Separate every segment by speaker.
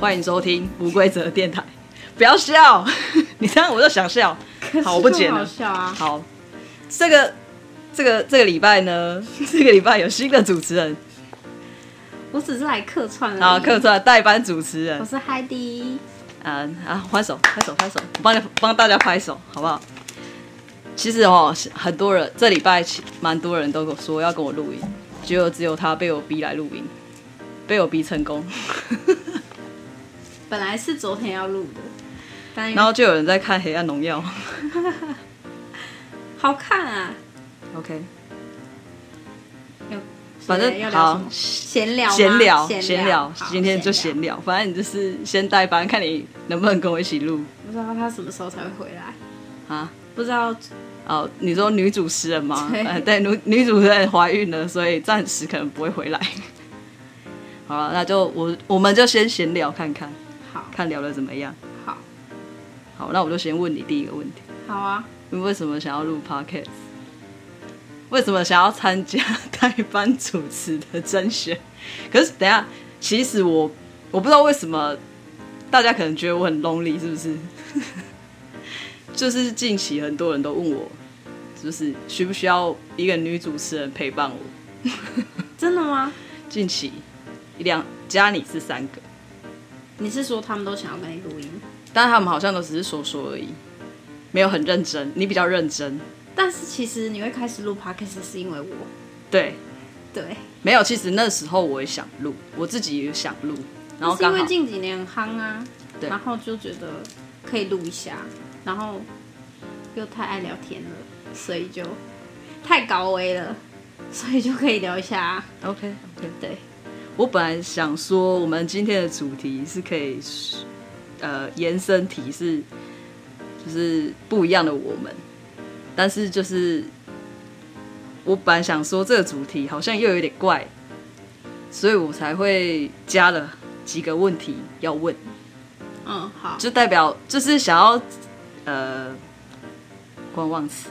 Speaker 1: 欢迎收听无规则电台。不要笑， 你这样我就想笑。好，我不剪
Speaker 2: 好
Speaker 1: 了。
Speaker 2: 笑啊！
Speaker 1: 好，这个这个这个礼拜呢， 这个礼拜有新的主持人
Speaker 2: 我只是来客串而已。
Speaker 1: 啊，客，串代班主持人
Speaker 2: 我是 Heidi。
Speaker 1: 啊啊，拍手拍手拍手，我帮你帮大家拍手好不好？其实哦，是很多人这礼拜其蛮多人都跟我说要跟我录音，结果只有他被我逼来录音，被我逼成功。
Speaker 2: 本来是昨天要录的，但
Speaker 1: 然后就有人在看《黑暗荣耀》
Speaker 2: 好看啊。
Speaker 1: ，OK，
Speaker 2: 有
Speaker 1: 反正
Speaker 2: 所以要聊
Speaker 1: 好
Speaker 2: 什么闲聊吗，
Speaker 1: 闲聊
Speaker 2: 闲
Speaker 1: 聊，
Speaker 2: 好
Speaker 1: 今天就闲聊，反正你就是先代班，看你能不能跟我一起录
Speaker 2: 不知道他什么时候才会回来，
Speaker 1: 啊。
Speaker 2: 不知道
Speaker 1: 哦，你说女主持人吗？
Speaker 2: 对
Speaker 1: 呃，对，女女主持人怀孕了，所以暂时可能不会回来。 好了，那就我我们就先闲聊看看，
Speaker 2: 好
Speaker 1: 看聊的怎么样。
Speaker 2: 好
Speaker 1: 好，那我就先问你第一个问题：
Speaker 2: 好啊。
Speaker 1: 你为什么想要录 podcast？为什么想要参加 代班主持的甄选？可是等一下，其实我我不知道为什么大家可能觉得我很 lonely，是不是？ 就是近期很多人都问我，就是需不需要一个女主持人陪伴我？
Speaker 2: 真的吗？
Speaker 1: 近期一两加你是三个，
Speaker 2: 你是说他们都想要跟你录音？
Speaker 1: 但他们好像都只是说说而已，没有很认真。你比较认真，
Speaker 2: 但是其实你会开始录 podcast 是因为我，
Speaker 1: 对，
Speaker 2: 对，
Speaker 1: 没有。其实那时候我也想录，我自己也想录，然后
Speaker 2: 是因
Speaker 1: 哦刚
Speaker 2: 为
Speaker 1: 好
Speaker 2: 近几年很夯啊，
Speaker 1: 对
Speaker 2: 然后就觉得可以录一下，然后又太爱聊天了，所以就太高危了，所以就可以聊一下、啊。
Speaker 1: OK OK。
Speaker 2: 对，
Speaker 1: 我本来想说，我们今天的主题是可以，呃，延伸题是，就是不一样的我们。但是就是，我本来想说这个主题好像又有点怪，所以我才会加了几个问题要问，
Speaker 2: 嗯，好，
Speaker 1: 就代表就是想要，呃，观望词，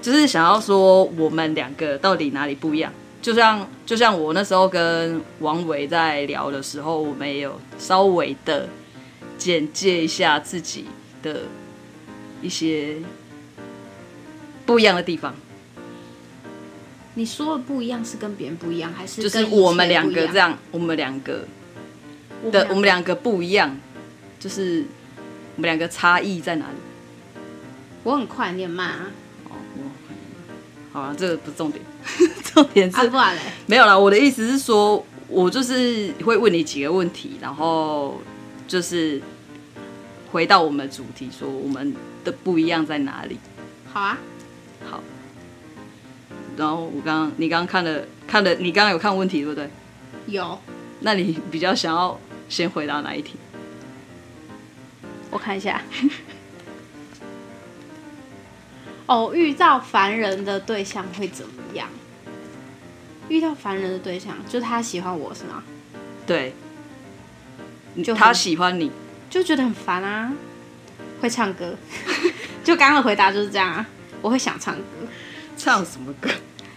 Speaker 1: 就是想要说我们两个到底哪里不一样。就像就像我那时候跟王维在聊的时候，我们也有稍微的简介一下自己的一些不一样的地方，
Speaker 2: 你说的不一样是跟别人不一样，还是
Speaker 1: 就是
Speaker 2: 跟以
Speaker 1: 我们
Speaker 2: 前
Speaker 1: 两
Speaker 2: 不一
Speaker 1: 个这样，我们两个的我们两个不一样，就是我们两个差异在哪里？
Speaker 2: 我很快，你很慢啊，
Speaker 1: 哦，我好了，啊这个不是重点， 重点是
Speaker 2: 啊不然嘞，
Speaker 1: 没有啦，我的意思是说，我就是会问你几个问题，然后就是回到我们的主题，说我们的不一样在哪里。
Speaker 2: 好啊，
Speaker 1: 好，然后我刚刚你刚刚看了看了，你刚刚有看问题对不对？
Speaker 2: 有，
Speaker 1: 那你比较想要先回答哪一题？
Speaker 2: 我看一下。 哦，遇到烦人的对象会怎么样？遇到烦人的对象，就他喜欢我是吗？
Speaker 1: 对，你
Speaker 2: 就很
Speaker 1: 他喜欢你，
Speaker 2: 就觉得很烦啊。会唱歌， 就刚刚的回答就是这样啊。我会想唱歌，
Speaker 1: 唱什么歌？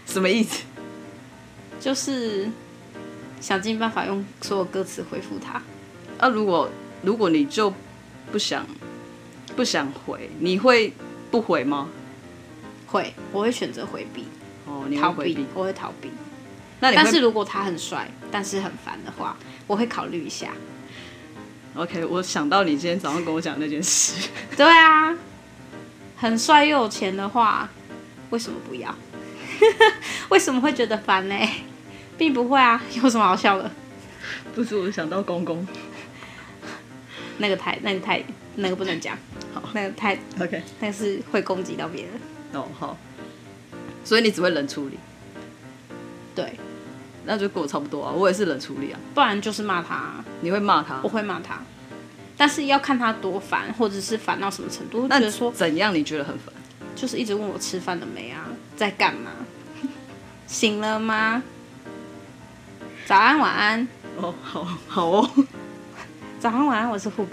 Speaker 1: 什么意思？
Speaker 2: 就是想尽办法用所有歌词回复他。
Speaker 1: 那、如果如果你就不想不想回，你会不回吗？
Speaker 2: 会，我会选择回避、
Speaker 1: 哦，你会
Speaker 2: 逃
Speaker 1: 回避
Speaker 2: 避，。我会逃避。
Speaker 1: 那你会
Speaker 2: 但是如果他很帅，但是很烦的话，我会考虑一下。
Speaker 1: OK，我想到你今天早上跟我讲那件事，
Speaker 2: 对啊，很帅又有钱的话，为什么不要？ 为什么会觉得烦呢？并不会啊，有什么好笑的？
Speaker 1: 不是我想到公公。
Speaker 2: 那个太，那个太，那个不能讲，好，那个太，
Speaker 1: OK，
Speaker 2: 那个是会攻击到别人。
Speaker 1: 哦好，所以你只会冷处理，
Speaker 2: 对，
Speaker 1: 那就跟我差不多啊，我也是冷处理啊。
Speaker 2: 不然就是骂他，啊
Speaker 1: 你会骂他
Speaker 2: 我，会骂他，但是要看他多烦，或者是烦到什么程度。我
Speaker 1: 那
Speaker 2: 觉
Speaker 1: 你
Speaker 2: 得说，
Speaker 1: 怎样你觉得很烦？
Speaker 2: 就是一直问我吃饭了没啊，在干嘛， 醒了吗？早安，晚安。
Speaker 1: 哦，好好哦，
Speaker 2: 早安晚安，我是 Hook。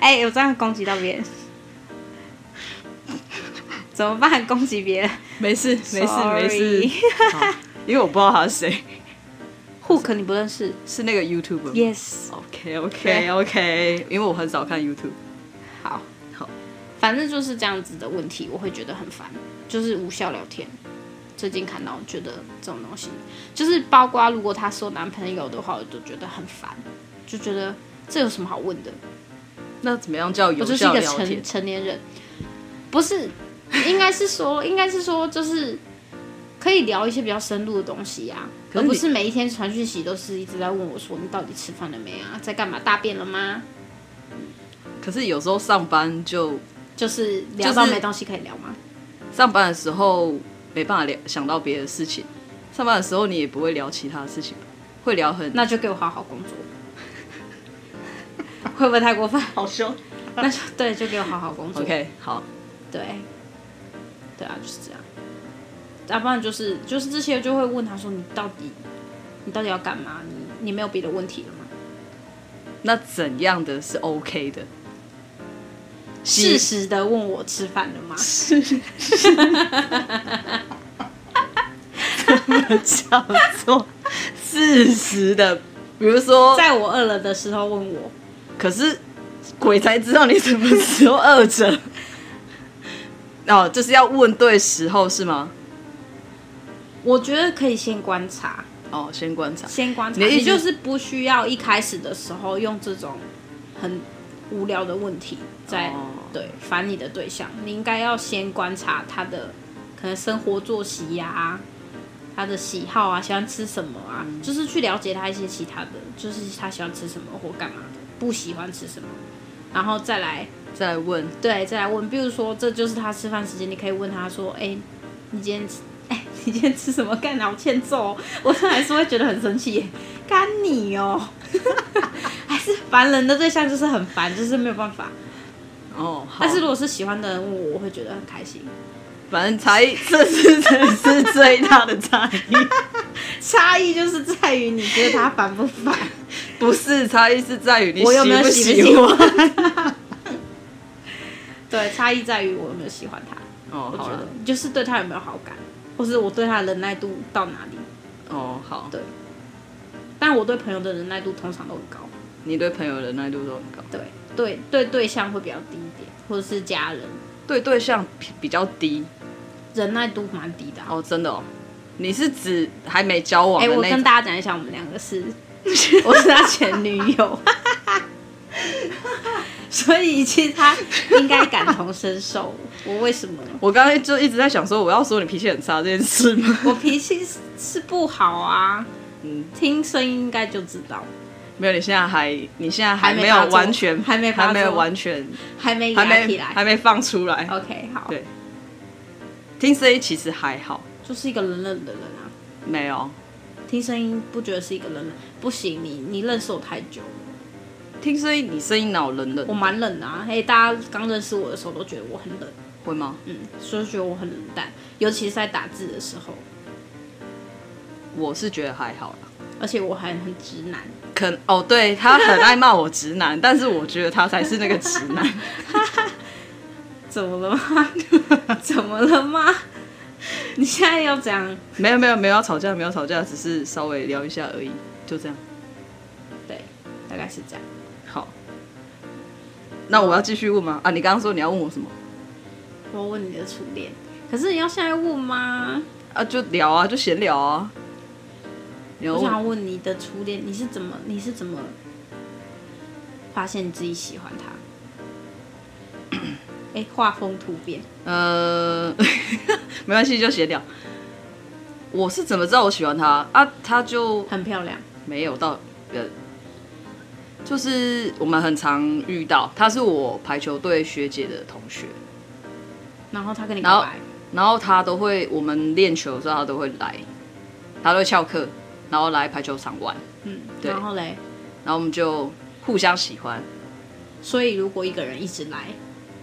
Speaker 2: 哎、我这样攻击到别人， 怎么办？攻击别人？
Speaker 1: 没事没事
Speaker 2: Sorry
Speaker 1: 没事，好因为我不知道他是谁。
Speaker 2: Hook 你不认识
Speaker 1: 是那个 YouTube 吗
Speaker 2: ？Yes，
Speaker 1: OK OK OK，因为我很少看 YouTube。
Speaker 2: 好，
Speaker 1: 好，
Speaker 2: 反正就是这样子的问题，我会觉得很烦，就是无效聊天。最近看到觉得这种东西，就是包括如果她说男朋友的话，我都觉得很烦，就觉得这有什么好问的？
Speaker 1: 那怎么样叫有
Speaker 2: 我就是一
Speaker 1: 效
Speaker 2: 个
Speaker 1: 聊天
Speaker 2: 成？成年人，不是，应该是说， 应该是说，就是可以聊一些比较深入的东西啊，
Speaker 1: 可是
Speaker 2: 而
Speaker 1: 你
Speaker 2: 不是每一天传讯息都是一直在问我说你到底吃饭了没啊，在干嘛，大便了吗？
Speaker 1: 可是有时候上班就
Speaker 2: 就是聊到
Speaker 1: 就是
Speaker 2: 没东西可以聊吗？
Speaker 1: 上班的时候没办法聊想到别的事情，上班的时候你也不会聊其他事情，会聊很
Speaker 2: 那就给我好好工作， 会不会太过 分？
Speaker 1: 好凶。
Speaker 2: 那就对，就给我好好工作。
Speaker 1: OK，好，
Speaker 2: 对，对啊，就是这样。要、不然就是就是这些就会问他说你到底你到底要干嘛？你你没有别的问题了吗？
Speaker 1: 那怎样的是 OK 的？
Speaker 2: 适时的问我吃饭了吗？
Speaker 1: 叫做事实的，比如说，
Speaker 2: 在我饿了的时候问我，
Speaker 1: 可是鬼才知道你什么时候饿着。 哦，就是要问对时候是吗？
Speaker 2: 我觉得可以先观察，
Speaker 1: 哦，先观察。
Speaker 2: 先观察，
Speaker 1: 你的意思
Speaker 2: 也就是不需要一开始的时候用这种很无聊的问题在、
Speaker 1: 哦
Speaker 2: 对烦你的对象，你应该要先观察他的可能生活作息呀、他的喜好啊，喜欢吃什么啊，就是去了解他一些其他的，就是他喜欢吃什么或干嘛的，不喜欢吃什么，然后再来
Speaker 1: 再来问，
Speaker 2: 对，再来问，比如说这就是他吃饭时间，你可以问他说：“哎、你今天吃，哎、你今天吃什么？干好欠揍、哦！”我上来说会觉得很生气耶，干你哦！ 还是烦人的对象就是很烦，就是没有办法。
Speaker 1: 哦，好
Speaker 2: 但是如果是喜欢的人问我，我会觉得很开心。
Speaker 1: 反正差异，这是这是最大的差异，
Speaker 2: 差异就是在于你觉得他烦不烦？
Speaker 1: 不是差异是在于你
Speaker 2: 我有没有
Speaker 1: 不
Speaker 2: 喜
Speaker 1: 喜
Speaker 2: 不
Speaker 1: 欢。
Speaker 2: 对，差异在于我有没有喜欢他。
Speaker 1: 哦
Speaker 2: 我，觉
Speaker 1: 好
Speaker 2: 得
Speaker 1: 了，
Speaker 2: 就是对他有没有好感，或是我对他的忍耐度到哪里。
Speaker 1: 哦好，
Speaker 2: 对，但我对朋友的忍耐度通常都很高。
Speaker 1: 你对朋友的忍耐度都很高，
Speaker 2: 对对对，对象会比较低一点，或者是家人，
Speaker 1: 对对象比比较低。
Speaker 2: 忍耐度蛮低的啊、
Speaker 1: 哦，真的哦，你是指还没交往
Speaker 2: 哎、
Speaker 1: 的
Speaker 2: 我
Speaker 1: 那种
Speaker 2: 跟大家讲一下，我们两 个是，我是他前女友， 所以其实他应该感同身受。我为什么？
Speaker 1: 我刚才就一直在想说，我要说你脾气很差这件事吗？
Speaker 2: 我脾气是是不好啊，
Speaker 1: 嗯，
Speaker 2: 听声音应该就知道，
Speaker 1: 没有，你现在还你现在
Speaker 2: 还没
Speaker 1: 没
Speaker 2: 发
Speaker 1: 有
Speaker 2: 作
Speaker 1: 完全
Speaker 2: 还没发
Speaker 1: 还没有
Speaker 2: 作
Speaker 1: 完全
Speaker 2: 还没
Speaker 1: 还
Speaker 2: 压起
Speaker 1: 没
Speaker 2: 来。
Speaker 1: 还没放出来。
Speaker 2: OK，好，
Speaker 1: 对听声音其实还好，
Speaker 2: 就是一个冷冷的人啊。
Speaker 1: 没有
Speaker 2: 听声音不觉得是一个冷冷，不行，你你认识我太久了。
Speaker 1: 听声音，你声音脑冷冷
Speaker 2: 我
Speaker 1: 的，
Speaker 2: 蛮冷的啊，嘿，大家刚认识我的时候都觉得我很冷，
Speaker 1: 会吗？
Speaker 2: 嗯，所以觉得我很冷淡，尤其是在打字的时候，
Speaker 1: 我是觉得还好啦。
Speaker 2: 而且我还很直男，
Speaker 1: 可哦，对他很爱骂我直男，但是我觉得他才是那个直男。
Speaker 2: 怎么了吗？ 怎么了吗？你现在要讲
Speaker 1: 没有没有没有要吵架，没有吵架，只是稍微聊一下而已，就这样。
Speaker 2: 对，大概是这样。
Speaker 1: 好，那我要继续问吗？啊，你刚刚说你要问我什么？
Speaker 2: 我问你的初恋，可是你要现在问吗？
Speaker 1: 啊，就聊啊，就闲聊啊。你要
Speaker 2: 我
Speaker 1: 问
Speaker 2: 想问你的初恋，你是怎么你是怎么发现你自己喜欢他？ 哎、画风突变，
Speaker 1: 呃， 没关系，就闲聊。我是怎么知道我喜欢他啊？他就
Speaker 2: 很漂亮，
Speaker 1: 没有到呃，就是我们很常遇到，他是我排球队学姐的同学，
Speaker 2: 然后他跟你
Speaker 1: 然
Speaker 2: 告
Speaker 1: 后
Speaker 2: 白，
Speaker 1: 然后他都会我们练球的时候他都会来，他都会翘课，然后来排球场玩，
Speaker 2: 嗯，
Speaker 1: 对
Speaker 2: 然后嘞，
Speaker 1: 然后我们就互相喜欢。
Speaker 2: 所以如果一个人一直来，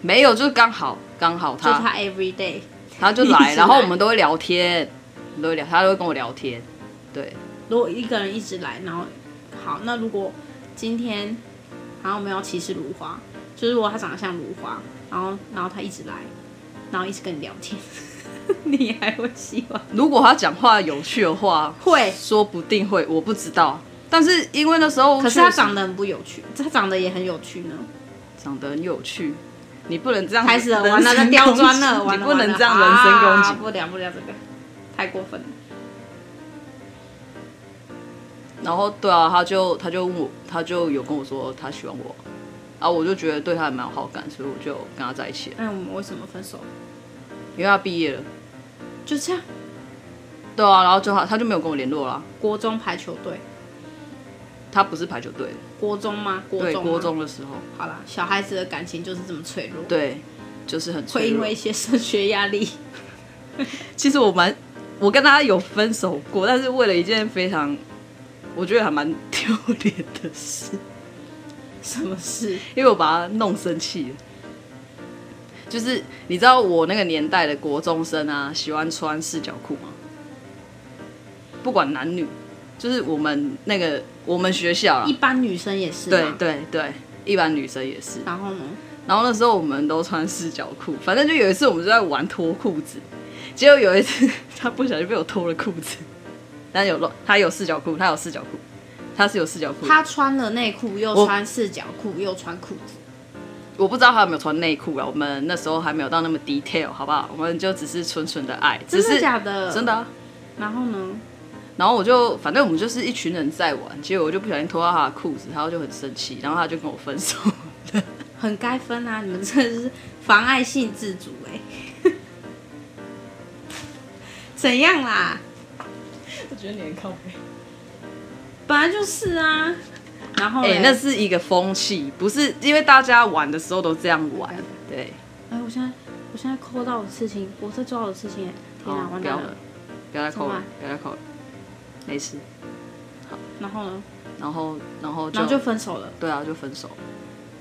Speaker 1: 没有，就是刚好刚好
Speaker 2: 就他 every day，
Speaker 1: 他就
Speaker 2: 一直
Speaker 1: 来，
Speaker 2: 来
Speaker 1: 然后我们都会聊天，我们都会聊，他都会跟我聊天。对，
Speaker 2: 如果一个人一直来，然后好，那如果今天，然后我们要歧视如花，就是如果他长得像如花，然后然后他一直来，然后一直跟你聊天， 你还会喜欢？
Speaker 1: 如果他讲话有趣的话，
Speaker 2: 会，
Speaker 1: 说不定会，我不知道。但是因为那时候，
Speaker 2: 可是他长得很不有趣，他长得也很有趣呢。
Speaker 1: 长得很有趣，你不能这样
Speaker 2: 开始了，
Speaker 1: 人
Speaker 2: 完了，
Speaker 1: 身
Speaker 2: 在刁
Speaker 1: 攻击
Speaker 2: 钻了，完
Speaker 1: 你
Speaker 2: 了，
Speaker 1: 不能
Speaker 2: 完了
Speaker 1: 这样人身攻击
Speaker 2: 啊。不聊不聊这个，太过分了。
Speaker 1: 然后对啊，他就他就问我，他就有跟我说他喜欢我，啊，我就觉得对他也蛮有好感，所以我就跟他在一起了，
Speaker 2: 那我们为什么分手？
Speaker 1: 因为他毕业了。
Speaker 2: 就这样，
Speaker 1: 对啊，然后就他他就没有跟我联络啦。
Speaker 2: 国中排球队，
Speaker 1: 他不是排球队的，
Speaker 2: 国中吗？国
Speaker 1: 对，
Speaker 2: 中，啊
Speaker 1: 国。中的时候，
Speaker 2: 好啦，小孩子的感情就是这么脆弱，
Speaker 1: 对，就是很
Speaker 2: 会
Speaker 1: 脆
Speaker 2: 因
Speaker 1: 弱
Speaker 2: 为一。些升学 压力。
Speaker 1: 其实我蛮，我跟他有分手过，但是为了一件非常，我觉得还蛮丢脸的事，
Speaker 2: 什么事？
Speaker 1: 因为我把他弄生气了。就是你知道我那个年代的国中生啊，喜欢穿四角裤吗？不管男女，就是我们那个我们学校啊
Speaker 2: 一，般女生也是
Speaker 1: 对
Speaker 2: 吗。
Speaker 1: 对对，一般女生也是。
Speaker 2: 然后呢？
Speaker 1: 然后那时候我们都穿四角裤，反正就有一次我们就在玩脱裤子，结果有一次 他不小心被我脱了裤子，但有露，他有四角裤，他有四角裤，他是有四角裤的，
Speaker 2: 她穿了内裤，又
Speaker 1: 我
Speaker 2: 穿四角裤，又穿裤子。
Speaker 1: 我不知道他有没有穿内裤啊，我们那时候还没有到那么 detail，好不好？我们就只是纯纯的爱，只
Speaker 2: 真
Speaker 1: 是
Speaker 2: 的假的？
Speaker 1: 真的、。啊。
Speaker 2: 然后呢？
Speaker 1: 然后我就反正我们就是一群人在玩，结果我就不小心脱到他的裤子，他就很生气，然后他就跟我分手。
Speaker 2: 很该分啊！你们真的是妨碍性自主哎、 怎样啦？
Speaker 1: 我觉得你很靠背。
Speaker 2: 本来就是啊。然后
Speaker 1: 哎、
Speaker 2: 嘞、
Speaker 1: 那是一个风气，不是因为大家玩的时候都这样玩，对。
Speaker 2: 哎、我现在我现在抠到我的事情，我在抓我的事情、欸。天
Speaker 1: 好，，
Speaker 2: 啊完
Speaker 1: 哦不
Speaker 2: 蛋
Speaker 1: 要
Speaker 2: 了。
Speaker 1: 不要再扣
Speaker 2: 怎么
Speaker 1: 了
Speaker 2: 办，
Speaker 1: 不要再扣了，没事。
Speaker 2: 然后呢？
Speaker 1: 然后，然后就
Speaker 2: 然后就分手了。
Speaker 1: 对啊，就分手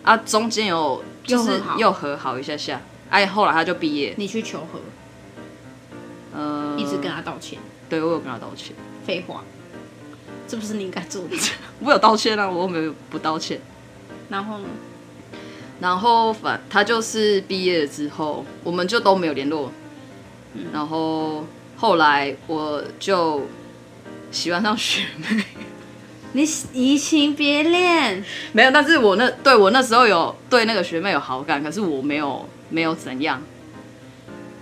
Speaker 1: 啊。中间有就是
Speaker 2: 又和好
Speaker 1: 又和好一下下，哎，后来他就毕业，
Speaker 2: 你去求和，
Speaker 1: 呃，
Speaker 2: 一直跟他道歉。
Speaker 1: 对我有跟他道歉，
Speaker 2: 废话，这不是你应该 做的。
Speaker 1: 我有道歉啊，我又没有不道歉。
Speaker 2: 然后呢？
Speaker 1: 然后反他就是毕业了之后，我们就都没有联络。
Speaker 2: 嗯
Speaker 1: 然后后来我就喜欢上学妹，
Speaker 2: 你移情别恋，
Speaker 1: 没有，但是我那对我那时候有对那个学妹有好感，可是我没有没有怎样，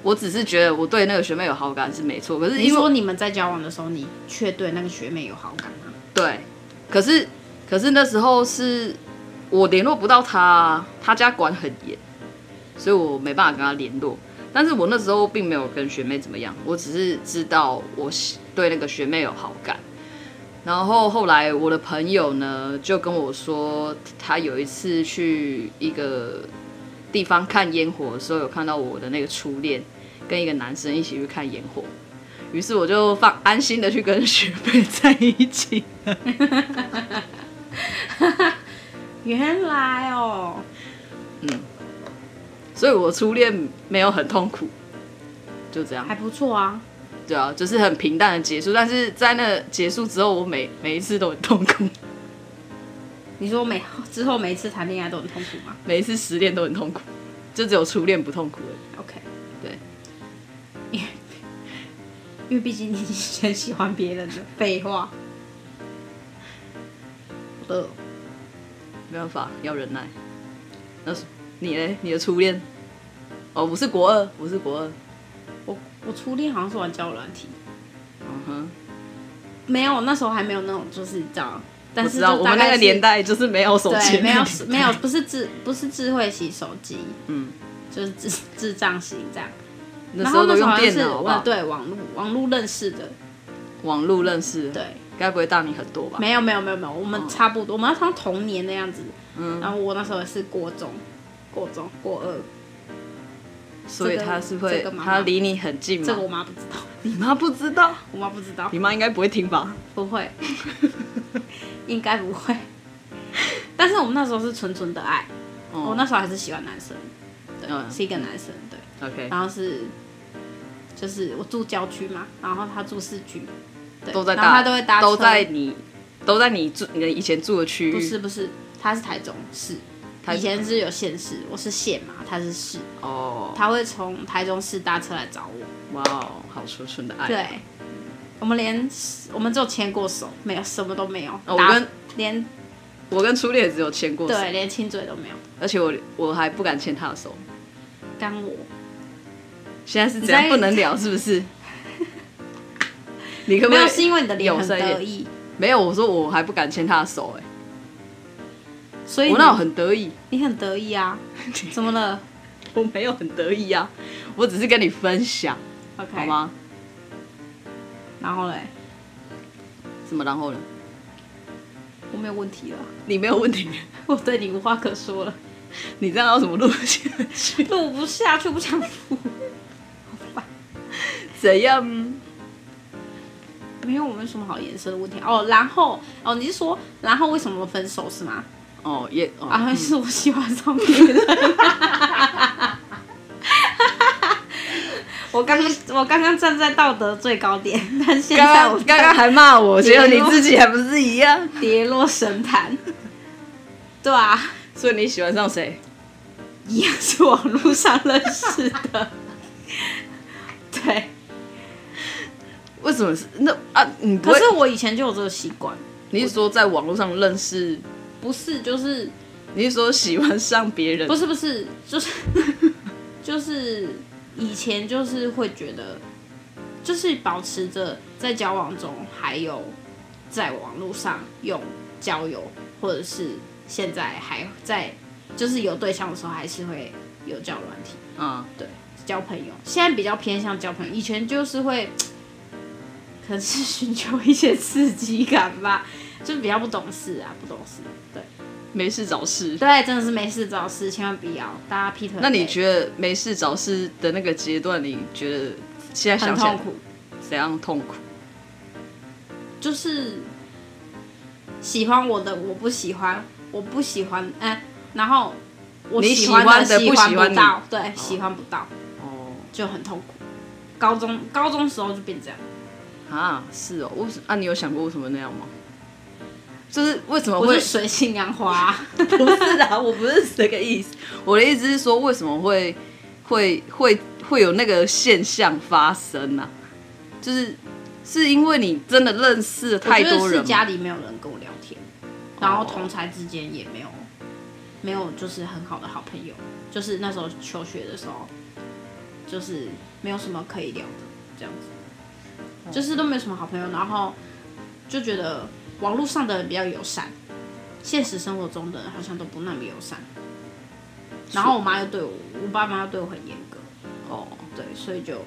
Speaker 1: 我只是觉得我对那个学妹有好感是没错，可是
Speaker 2: 你
Speaker 1: 因为
Speaker 2: 说你们在交往的时候，你却对那个学妹有好感吗？
Speaker 1: 对，可是可是那时候是我联络不到她啊，她家管很严，所以我没办法跟她联络。但是我那时候并没有跟学妹怎么样，我只是知道我喜对那个学妹有好感。然后后来我的朋友呢就跟我说，他有一次去一个地方看烟火的时候，有看到我的那个初恋跟一个男生一起去看烟火，于是我就放安心的去跟学妹在一起。
Speaker 2: 原来哦，
Speaker 1: 所以我初恋没有很痛苦，就这样
Speaker 2: 还，不错啊。
Speaker 1: 对啊，就是很平淡的结束。但是在那结束之后，我每每一次都很痛苦，
Speaker 2: 你说每 之后每一次谈恋爱都很痛苦吗
Speaker 1: 每一次失恋都很痛苦，就只有初恋不痛苦而已。
Speaker 2: ？OK，
Speaker 1: 对，
Speaker 2: 因为毕竟你已经先喜欢别人了。废话。呃，
Speaker 1: 没办法，要忍耐。那是你嘞？你的初恋？哦，我是国二，我是国二。
Speaker 2: 我我初恋好像是玩交友软体，
Speaker 1: 嗯哼，
Speaker 2: 没有那时候还没有那种就是你知道，但
Speaker 1: 我
Speaker 2: 是
Speaker 1: 知
Speaker 2: 就
Speaker 1: 道我们
Speaker 2: 大概
Speaker 1: 那个
Speaker 2: 是
Speaker 1: 年代就是没有手机，
Speaker 2: 对没有 没有不是智不是智慧型手机，
Speaker 1: 嗯，
Speaker 2: 就是智智障型这样。
Speaker 1: 那
Speaker 2: 然
Speaker 1: 时
Speaker 2: 后
Speaker 1: 候
Speaker 2: 那
Speaker 1: 都
Speaker 2: 时候
Speaker 1: 用
Speaker 2: 好像
Speaker 1: 电
Speaker 2: 是
Speaker 1: 脑好不好
Speaker 2: 呃对网络网络认识的，
Speaker 1: 网络认识，
Speaker 2: 对，
Speaker 1: 该不会大你很多吧？
Speaker 2: 没有没有没有没有，我们差不多，我们好像同年那样子。
Speaker 1: 嗯
Speaker 2: 然后我那时候也是国中，国中国二，
Speaker 1: 嗯所以
Speaker 2: 这个
Speaker 1: 他是
Speaker 2: 这
Speaker 1: 会
Speaker 2: 个妈，妈
Speaker 1: 他离你很近
Speaker 2: 这个
Speaker 1: 吗
Speaker 2: 我？妈不知道，
Speaker 1: 你妈不知道，
Speaker 2: 我妈不知道，
Speaker 1: 你妈应该不会听吧？
Speaker 2: 不会， 应该不会。但是我们那时候是纯纯的爱，
Speaker 1: 哦
Speaker 2: 我那时候还是喜欢男生，对，
Speaker 1: 嗯
Speaker 2: 是一个男生，对。
Speaker 1: OK，
Speaker 2: 然后是，就是我住郊区嘛，然后他住市区，对，
Speaker 1: 都在
Speaker 2: 然后
Speaker 1: 大，
Speaker 2: 他都会搭车，
Speaker 1: 都在你都在你住你的以前住的区域，
Speaker 2: 不是不是，他是台中市，
Speaker 1: 台
Speaker 2: 以前是有县市，我是县嘛，他是市，
Speaker 1: 哦，
Speaker 2: 他会从台中市搭车来找我。
Speaker 1: 哇哦，好纯纯的爱。，
Speaker 2: 对，我们连我们只有牵过手，没有什么都没有，
Speaker 1: 哦我
Speaker 2: 打
Speaker 1: 跟
Speaker 2: 连
Speaker 1: 我跟初恋也只有牵过手，
Speaker 2: 对连亲嘴都没有。
Speaker 1: 而且我我还不敢牵他的手。
Speaker 2: 干我，
Speaker 1: 现在是
Speaker 2: 你
Speaker 1: 这样
Speaker 2: 在
Speaker 1: 不能聊是不 是？你可不
Speaker 2: 没
Speaker 1: 可
Speaker 2: 有
Speaker 1: 以
Speaker 2: 是因为你的脸很
Speaker 1: 友善一点
Speaker 2: 得意，
Speaker 1: 没有，我说我还不敢牵他的手、欸，
Speaker 2: 所以
Speaker 1: 哎，我
Speaker 2: 你
Speaker 1: 那我很得意，
Speaker 2: 你很得意 啊？怎么了
Speaker 1: 我没有很得意啊，我只是跟你分享，
Speaker 2: ？OK，
Speaker 1: 好？吗？
Speaker 2: 哎然后嘞，
Speaker 1: 怎么然后呢？
Speaker 2: 我没有问题了，
Speaker 1: 你没有问题，
Speaker 2: 我对你无话可说了，
Speaker 1: 你这样要怎么录下去？
Speaker 2: 录不下去，不想录。
Speaker 1: 怎样？
Speaker 2: 没有，我们有什么好延伸的问题哦。然后哦，你是说，然后为什么分手是吗？
Speaker 1: 哦，也哦
Speaker 2: 啊，是我喜欢上别人。 我刚我刚刚站在道德最高点，但现
Speaker 1: 刚
Speaker 2: 在我
Speaker 1: 刚刚刚还骂我，
Speaker 2: 结
Speaker 1: 结
Speaker 2: 果
Speaker 1: 果你自己还不是一样？
Speaker 2: 跌落神坛。对啊，
Speaker 1: 所以你喜欢上谁？
Speaker 2: 一样是网络上认识的。 对，
Speaker 1: 为什么是那啊？你不
Speaker 2: 可
Speaker 1: 会
Speaker 2: 是我以前就有这个习惯，
Speaker 1: 你是说在网络上认识？
Speaker 2: 不是就是
Speaker 1: 你是说喜欢上别人？
Speaker 2: 不是不是就是 就是以前就是会觉得，就是保持着在交往中还有在网络上用交友，或者是现在还在就是有对象的时候还是会有交友软体。
Speaker 1: 嗯，
Speaker 2: 交朋友，现在比较偏向交朋友，以前就是会，可能是寻求一些刺激感吧，就是比较不懂事啊，不懂事。对
Speaker 1: 没事找事。
Speaker 2: 对，真的是没事找事，千万不要大家劈腿很累。
Speaker 1: 那你觉得没事找事的那个阶段，你觉得现在想
Speaker 2: 很
Speaker 1: 起
Speaker 2: 痛
Speaker 1: 来
Speaker 2: 苦？
Speaker 1: 怎样痛苦？
Speaker 2: 就是喜欢我的我不喜欢，我不喜欢，哎、然后我
Speaker 1: 你
Speaker 2: 喜
Speaker 1: 喜
Speaker 2: 欢
Speaker 1: 欢
Speaker 2: 的
Speaker 1: 的
Speaker 2: 喜
Speaker 1: 不
Speaker 2: 欢
Speaker 1: 喜欢你
Speaker 2: 到，对，喜欢不到
Speaker 1: 哦，
Speaker 2: 就很痛苦。高中高中时候就变这样，
Speaker 1: 啊，是哦，为什啊？你有想过为什么那样吗？就是为什么
Speaker 2: 我
Speaker 1: 会
Speaker 2: 就水性杨花 啊、
Speaker 1: 不是的，我不是这个意思。我的意思是说，为什么会会会会有那个现象发生呢、啊？就是是因为你真的认识了太
Speaker 2: 我
Speaker 1: 多
Speaker 2: 觉得
Speaker 1: 人哦
Speaker 2: 是
Speaker 1: 吗，
Speaker 2: 家里没有人跟我聊天，然后同才之间也没有没有就是很好的好朋友，就是那时候求学的时候，就是没有什么可以聊的这样子，
Speaker 1: 哦
Speaker 2: 就是都没有什么好朋友，然后就觉得网络上的人比较友善，现实生活中的人好像都不那么友善。然后我妈又对我，我爸妈又对我很严格，
Speaker 1: 哦，
Speaker 2: 对，所以就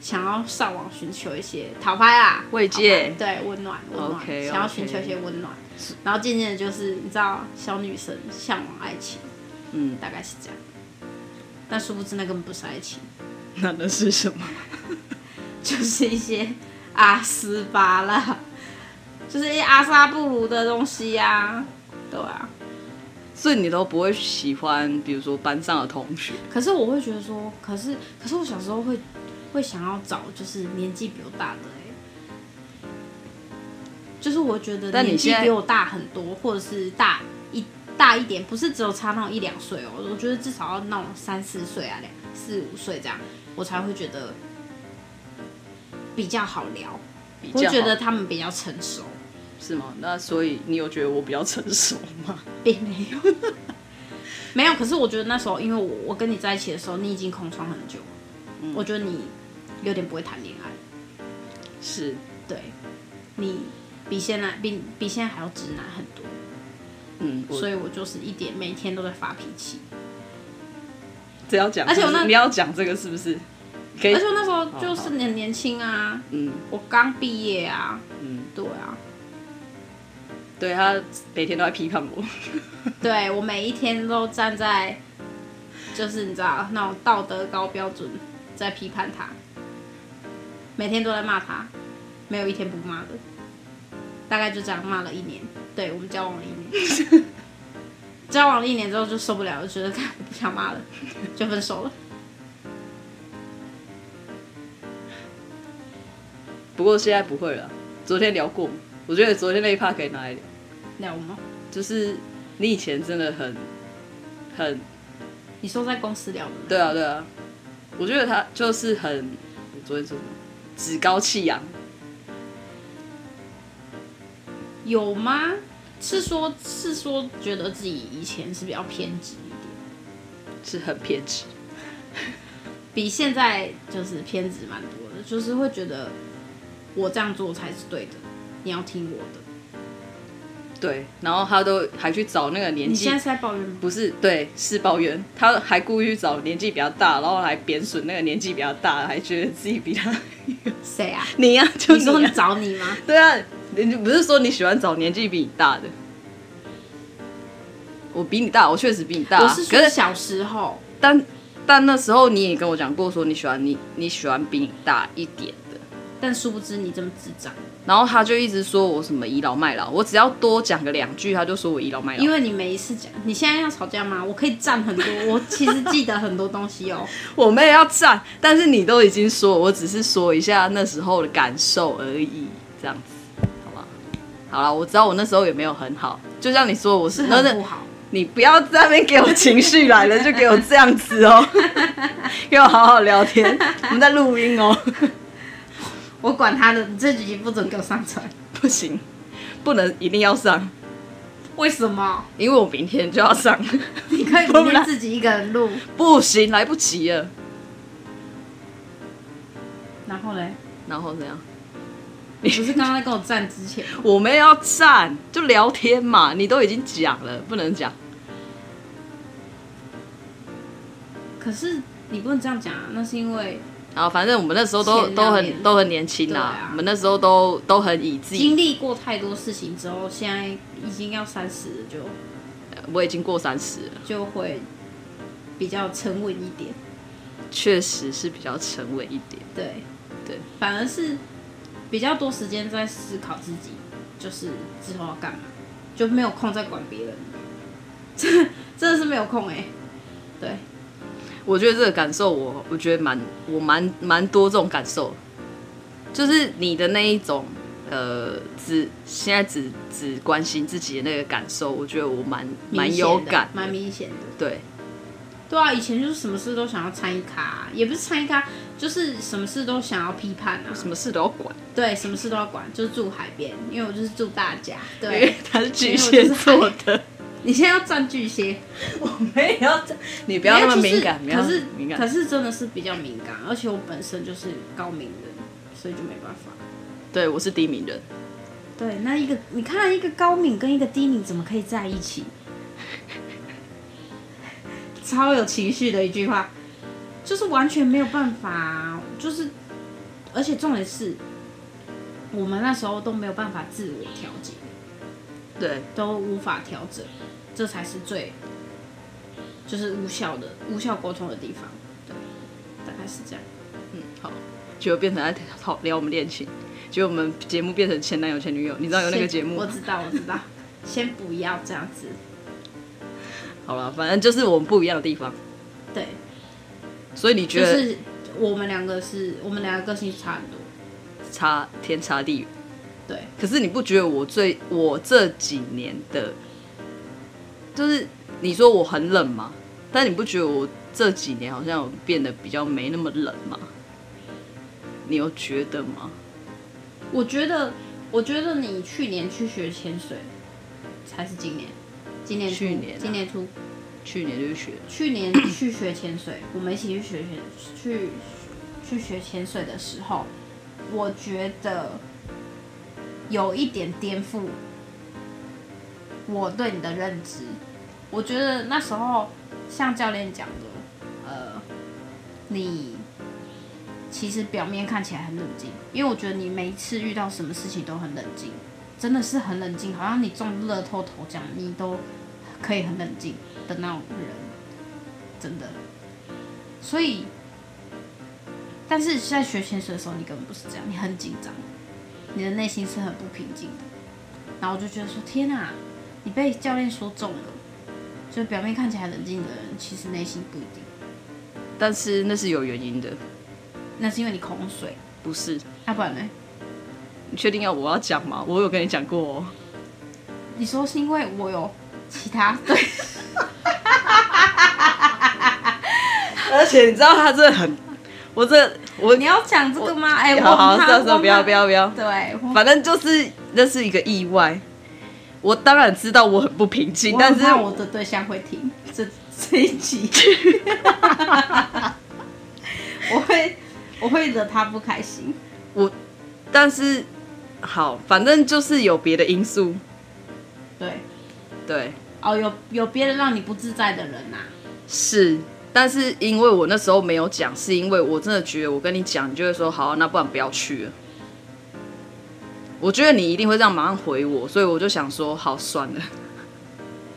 Speaker 2: 想要上网寻求一些讨拍啦，
Speaker 1: 慰藉
Speaker 2: 讨拍对，温暖，温暖
Speaker 1: OK，OK
Speaker 2: 想要寻求一些温暖，然后渐渐的就是你知道，小女生向往爱情，
Speaker 1: 嗯，
Speaker 2: 大概是这样，但殊不知那根本不是爱情，
Speaker 1: 那那是什么？
Speaker 2: 就是一些阿斯巴啦，就是一些阿萨布鲁的东西呀、对啊，
Speaker 1: 所以你都不会喜欢，比如说班上的同学，
Speaker 2: 可是我会觉得说，可是可是我小时候会会想要找就是年纪比我大的哎、就是我觉得
Speaker 1: 但你
Speaker 2: 年纪
Speaker 1: 现在
Speaker 2: 比我大很多，或者是大一大一点，不是只有差那种一两岁哦，我觉得至少要那种三四岁啊，两四五岁这样，我才会觉得比较好聊，
Speaker 1: 比
Speaker 2: 我
Speaker 1: 较
Speaker 2: 会
Speaker 1: 好
Speaker 2: 觉得他们比较成熟，
Speaker 1: 是吗？那所以你有觉得我比较成熟吗？
Speaker 2: 并没有。 没有，可是我觉得那时候，因为我我跟你在一起的时候，你已经空窗很久了，我觉得你有点不会谈恋爱，
Speaker 1: 是，
Speaker 2: 对你比现在比比现在还要直男很多，
Speaker 1: 嗯，我
Speaker 2: 所以我就是一点每天都在发脾气，
Speaker 1: 这要讲，
Speaker 2: 而且我
Speaker 1: 是不是
Speaker 2: 那
Speaker 1: 你要讲这个是不是？可以
Speaker 2: 而且，我那时候就是很年轻啊，
Speaker 1: 嗯
Speaker 2: 我刚毕业啊，
Speaker 1: 嗯，
Speaker 2: 对啊，
Speaker 1: 对他每天都在批判我，
Speaker 2: 对我每一天都站在就是你知道那种道德高标准在批判他，每天都在骂他，没有一天不骂的，大概就这样骂了一年，对我们交往了一年， 交往了一年之后就受不了，就觉得看我不想骂了，就分手了。
Speaker 1: 不过现在不会了。昨天聊过嘛，我觉得昨天那一趴可以拿来聊，
Speaker 2: 聊吗？
Speaker 1: 就是你以前真的很很
Speaker 2: 你说在公司聊的，
Speaker 1: 对啊对啊，我觉得他就是很，我昨天说什么趾高气扬，
Speaker 2: 有吗？是说，是说，觉得自己以前是比较偏执一点，
Speaker 1: 是很偏执。
Speaker 2: 比现在就是偏执蛮多的，就是会觉得我这样做才是对的，你要听我的。
Speaker 1: 对，然后他都还去找那个年
Speaker 2: 你现
Speaker 1: 纪
Speaker 2: 在是在抱怨吗？
Speaker 1: 不是对是抱怨，他还故意去找年纪比较大，然后还贬损那个年纪比较大的，还觉得自己比他
Speaker 2: 谁 啊？
Speaker 1: 你呀、就
Speaker 2: 你
Speaker 1: 是
Speaker 2: 说
Speaker 1: 你
Speaker 2: 你
Speaker 1: 啊
Speaker 2: 找你 吗？
Speaker 1: 对啊，你你不是说你喜欢找年纪比你大的？我比你大，我确实比你大、
Speaker 2: 我
Speaker 1: 啊。
Speaker 2: 是
Speaker 1: 可
Speaker 2: 说
Speaker 1: 是
Speaker 2: 小时候，
Speaker 1: 但但那时候你也跟我讲过，说你喜欢你你喜欢比你大一点的。
Speaker 2: 但殊不知你这么智障，
Speaker 1: 然后他就一直说我什么倚老卖老，我只要多讲个两句，他就说我倚老卖老。
Speaker 2: 因为你每一次讲，你现在要吵架吗？我可以站很多，我其实记得很多东西 哦。
Speaker 1: 我没有要站，但是你都已经说，我只是说一下那时候的感受而已，这样子，好吧？好了，我知道我那时候也没有很好，就像你说，我是那
Speaker 2: 很不
Speaker 1: 那，
Speaker 2: 好，
Speaker 1: 你不要在那边给我情绪来了，就给我这样子 哦、给我好好聊天，我们在录音 哦、
Speaker 2: 我管他的，你这几集不准给我上传。
Speaker 1: 不行，不能一定要上，
Speaker 2: 为什么？
Speaker 1: 因为我明天就要上，
Speaker 2: 你可以
Speaker 1: 不
Speaker 2: 明
Speaker 1: 然
Speaker 2: 天自己一个人录，
Speaker 1: 不行，来不及了。
Speaker 2: 然后嘞，
Speaker 1: 然后怎样？
Speaker 2: 你不是刚刚在跟我站之前，
Speaker 1: 我们要站，就聊天嘛。你都已经讲了，不能讲。
Speaker 2: 可是你不能这样讲啊，那是因为
Speaker 1: 然后反正我们那时候都
Speaker 2: 前两
Speaker 1: 都
Speaker 2: 年
Speaker 1: 很都很年轻
Speaker 2: 对
Speaker 1: 啊，
Speaker 2: 啊
Speaker 1: 我们那时候都都很以自己
Speaker 2: 经，历过太多事情之后，现在已经要三十了，就
Speaker 1: 我已经过三十了，
Speaker 2: 就会比较沉稳一点。
Speaker 1: 确实是比较沉稳一点。
Speaker 2: 对，
Speaker 1: 对，
Speaker 2: 反而是比较多时间在思考自己，就是之后要干嘛，就没有空再管别人。 这真的是没有空哎、对，
Speaker 1: 我觉得这个感受我，我觉得蛮我蛮蛮多这种感受，就是你的那一种呃，只现在只只关心自己的那个感受，我觉得我蛮蛮有
Speaker 2: 明显的
Speaker 1: 感的，
Speaker 2: 蛮明显的。
Speaker 1: 对，
Speaker 2: 对啊，以前就是什么事都想要参与咖、也不是参与咖，就是什么事都想要批判啊。
Speaker 1: 什么事都要管，
Speaker 2: 对，什么事都要管，就是住海边，因为我就是住大家。
Speaker 1: 因
Speaker 2: 对
Speaker 1: 为，他是巨蟹座的。
Speaker 2: 你现在要占巨蟹，
Speaker 1: 没有，你不要那么敏感，
Speaker 2: 没
Speaker 1: 不要
Speaker 2: 有就
Speaker 1: 那
Speaker 2: 是
Speaker 1: 么敏
Speaker 2: 可是可
Speaker 1: 感。
Speaker 2: 是真的是比较敏感，而且我本身就是高敏人，所以就没办法。
Speaker 1: 对，我是低敏人。
Speaker 2: 对，那一个你看一个高敏跟一个低敏怎么可以在一起？ 超有情绪的一句话，就是完全没有办法啊、就是而且重点是，我们那时候都没有办法自我调节，
Speaker 1: 对，
Speaker 2: 都无法调整，这才是最就是无效的无效沟通的地方。对，大概是这样。
Speaker 1: 嗯，好，结果变成在讨聊我们恋情，结果我们节目变成前男友前女友，你知道有那个
Speaker 2: 先
Speaker 1: 节目
Speaker 2: 我
Speaker 1: 吗？
Speaker 2: 知道，我知道。 先不要这样子，
Speaker 1: 好了，反正就是我们不一样的地方，
Speaker 2: 对，
Speaker 1: 所以你觉
Speaker 2: 就
Speaker 1: 得
Speaker 2: 是我们两个是我们两个个性差很多，
Speaker 1: 差天差地远？
Speaker 2: 对，
Speaker 1: 可是你不觉得我最我这几年的，就是你说我很冷吗？但你不觉得我这几年好像有变得比较没那么冷吗？你有觉得吗？
Speaker 2: 我觉得，我觉得你去年去学潜水，还是今年？今年初
Speaker 1: 去年啊
Speaker 2: 今年初，
Speaker 1: 去年就是学
Speaker 2: 去年去学潜水，我们一起去学潜去去学潜水的时候，我觉得有一点颠覆我对你的认知。我觉得那时候像教练讲的，呃，你其实表面看起来很冷静，因为我觉得你每一次遇到什么事情都很冷静，真的是很冷静，好像你中乐透头奖，你都可以很冷静的那种人，真的。所以，但是在学潜水的时候，你根本不是这样，你很紧张，你的内心是很不平静的。然后我就觉得说，天哪、你被教练说中了，就表面看起来冷静的人，其实内心不一定。
Speaker 1: 但是那是有原因的，
Speaker 2: 那是因为你恐水，
Speaker 1: 不是？
Speaker 2: 要、不然呢？
Speaker 1: 你确定要我要讲吗？我有跟你讲过哦。
Speaker 2: 你说是因为我有其他对，
Speaker 1: 且你知道他这很，我这我
Speaker 2: 你要讲这个吗？哎，我
Speaker 1: 好好
Speaker 2: 怕
Speaker 1: 算算，不要不。
Speaker 2: 我
Speaker 1: 要不要
Speaker 2: 怕，对，我
Speaker 1: 反正就是那是一个意外。我当然知道我很不平静，
Speaker 2: 我
Speaker 1: 但
Speaker 2: 很
Speaker 1: 是
Speaker 2: 怕我的对象会听这这一集，我会我会惹他不开心。
Speaker 1: 但是好，反正就是有别的因素，
Speaker 2: 对，
Speaker 1: 对，
Speaker 2: 哦，有有别人让你不自在的人呐、啊
Speaker 1: 是。但是因为我那时候没有讲，是因为我真的觉得我跟你讲，你就会说好、那不然不要去了。我觉得你一定会这样马上回我，所以我就想说好算了。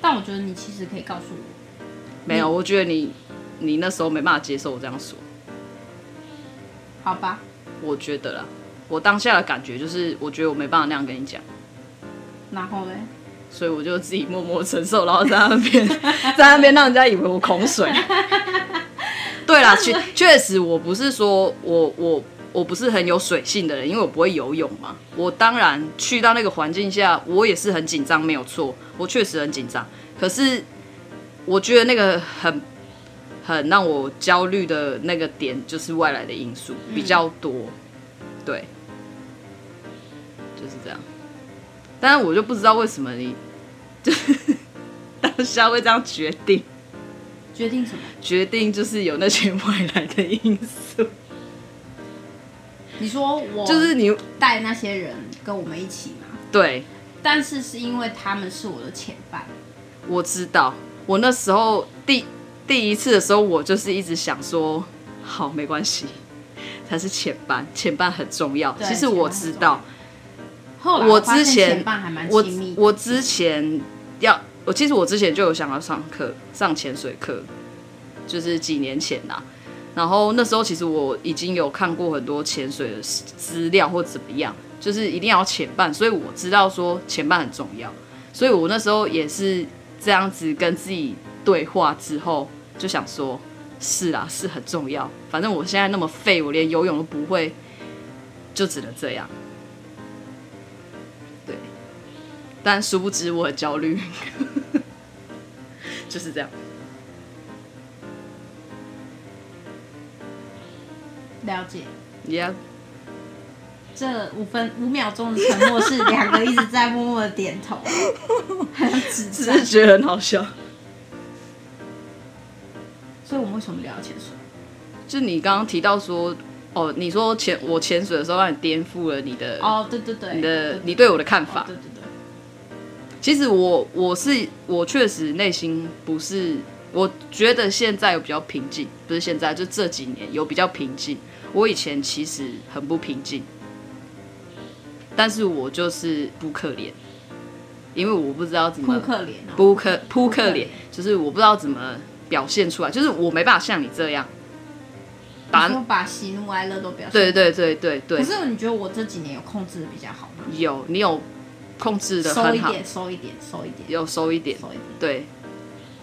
Speaker 2: 但我觉得你其实可以告诉我，
Speaker 1: 没有，我觉得你你那时候没办法接受我这样说，
Speaker 2: 好吧？
Speaker 1: 我觉得啦，我当下的感觉就是，我觉得我没办法那样跟你讲，
Speaker 2: 然后嘞，
Speaker 1: 所以我就自己默默承受，然后在那边 在那边让人家以为我恐水。对啦，确确实我不是说我我我不是很有水性的人，因为我不会游泳嘛。我当然去到那个环境下，我也是很紧张，没有错，我确实很紧张。可是我觉得那个很很让我焦虑的那个点，就是外来的因素比较多，对，就是这样。但是我就不知道为什么你就是 当下会这样决定，
Speaker 2: 决定什么？
Speaker 1: 决定就是有那些外来的因素，
Speaker 2: 你说我
Speaker 1: 就是你
Speaker 2: 带那些人跟我们一起嘛？
Speaker 1: 对
Speaker 2: 但是是因为他们是我的前伴，
Speaker 1: 我知道，我那时候第第一次的时候，我就是一直想说，好，没关系，他是前班，前班很重要。
Speaker 2: 对
Speaker 1: 其实我知道，
Speaker 2: 后来
Speaker 1: 我
Speaker 2: 发现
Speaker 1: 之前
Speaker 2: 前伴还蛮
Speaker 1: 我
Speaker 2: 亲密的，
Speaker 1: 我之前要，我其实我之前就有想要上课，上潜水课，就是几年前啦、然后那时候其实我已经有看过很多潜水的资资料或怎么样，就是一定要潜伴，所以我知道说潜伴很重要，所以我那时候也是这样子跟自己对话之后，就想说，是啦，是很重要。反正我现在那么废，我连游泳都不会，就只能这样。对，但殊不知我很焦虑， 就是这样。
Speaker 2: 了解。
Speaker 1: Yeah，
Speaker 2: 这五分五秒钟的沉默是两个一直在默默的点头， 还有指
Speaker 1: 只
Speaker 2: 责
Speaker 1: 是。觉得很好笑。
Speaker 2: 所以我们为什么聊潜水？
Speaker 1: 就你刚刚提到说，哦，你说潜我潜水的时候让你颠覆了你的、
Speaker 2: 哦，对对对，
Speaker 1: 呃你的你对我的看
Speaker 2: 法，
Speaker 1: 法。
Speaker 2: 对对对，
Speaker 1: 其实我我是我确实内心不是，我觉得现在有比较平静，不是现在，就这几年有比较平静。我以前其实很不平静，但是我就是扑克脸，因为我不知道怎么
Speaker 2: 扑克脸哦，
Speaker 1: 扑克扑克
Speaker 2: 克
Speaker 1: 脸
Speaker 2: 脸，
Speaker 1: 就是我不知道怎么表现出来，就是我没办法像你这样把
Speaker 2: 你说把喜怒哀乐都表现。
Speaker 1: 对。对对对对
Speaker 2: 可，是你觉得我这几年有控制的比较好吗？
Speaker 1: 有你有控制的
Speaker 2: 收
Speaker 1: 很
Speaker 2: 一
Speaker 1: 好，
Speaker 2: 点，收一点，收一点，
Speaker 1: 有收一点，
Speaker 2: 收一点。
Speaker 1: 对，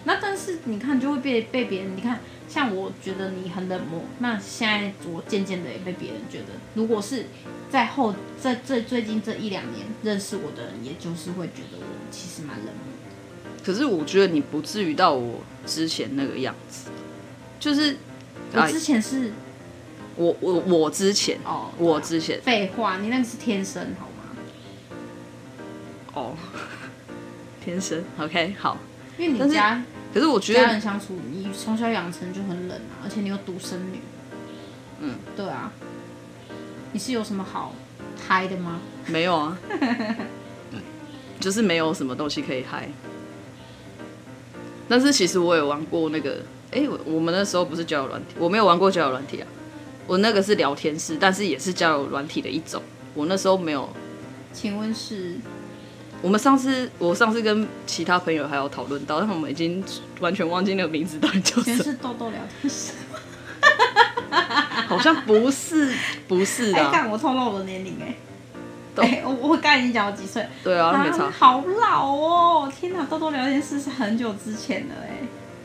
Speaker 2: 那但是你看，就会被被别人，你看，像我觉得你很冷漠，那现在我渐渐的也被别人觉得，如果是在后在这最近这一两年认识我的人，也就是会觉得我其实蛮冷漠的。
Speaker 1: 可是我觉得你不至于到我之前那个样子，就是
Speaker 2: 我
Speaker 1: 哎
Speaker 2: 之前是
Speaker 1: 我我我之前
Speaker 2: 哦，
Speaker 1: 我之前
Speaker 2: 废话，你那个是天生好吗？
Speaker 1: 哦， 天生 OK 好，
Speaker 2: 因为
Speaker 1: 但
Speaker 2: 你
Speaker 1: 是
Speaker 2: 家
Speaker 1: 可是我觉
Speaker 2: 家
Speaker 1: 得
Speaker 2: 人相处，你从小养成就很冷啊，而且你又独生女，嗯，对啊，你是有什么好嗨的吗？
Speaker 1: 没有啊，就是没有什么东西可以嗨。但是其实我有玩过那个，哎、我我们那时候不是交友软体，我没有玩过交友软体啊，我那个是聊天室，但是也是交友软体的一种。我那时候没有，
Speaker 2: 请问是
Speaker 1: 我们上次我上次跟其他朋友还有讨论到，但我们已经完全忘记那个名字到底叫
Speaker 2: 全
Speaker 1: 什么，
Speaker 2: 是豆豆聊天室？
Speaker 1: 好像不是不是
Speaker 2: 哎
Speaker 1: 的、，啊，
Speaker 2: 干我透露我的年龄哎、
Speaker 1: 都
Speaker 2: 哎、我我刚才已经讲我几岁，
Speaker 1: 对啊，没
Speaker 2: 啊
Speaker 1: 差，
Speaker 2: 好老哦！天哪，豆豆聊天室是很久之前的哎、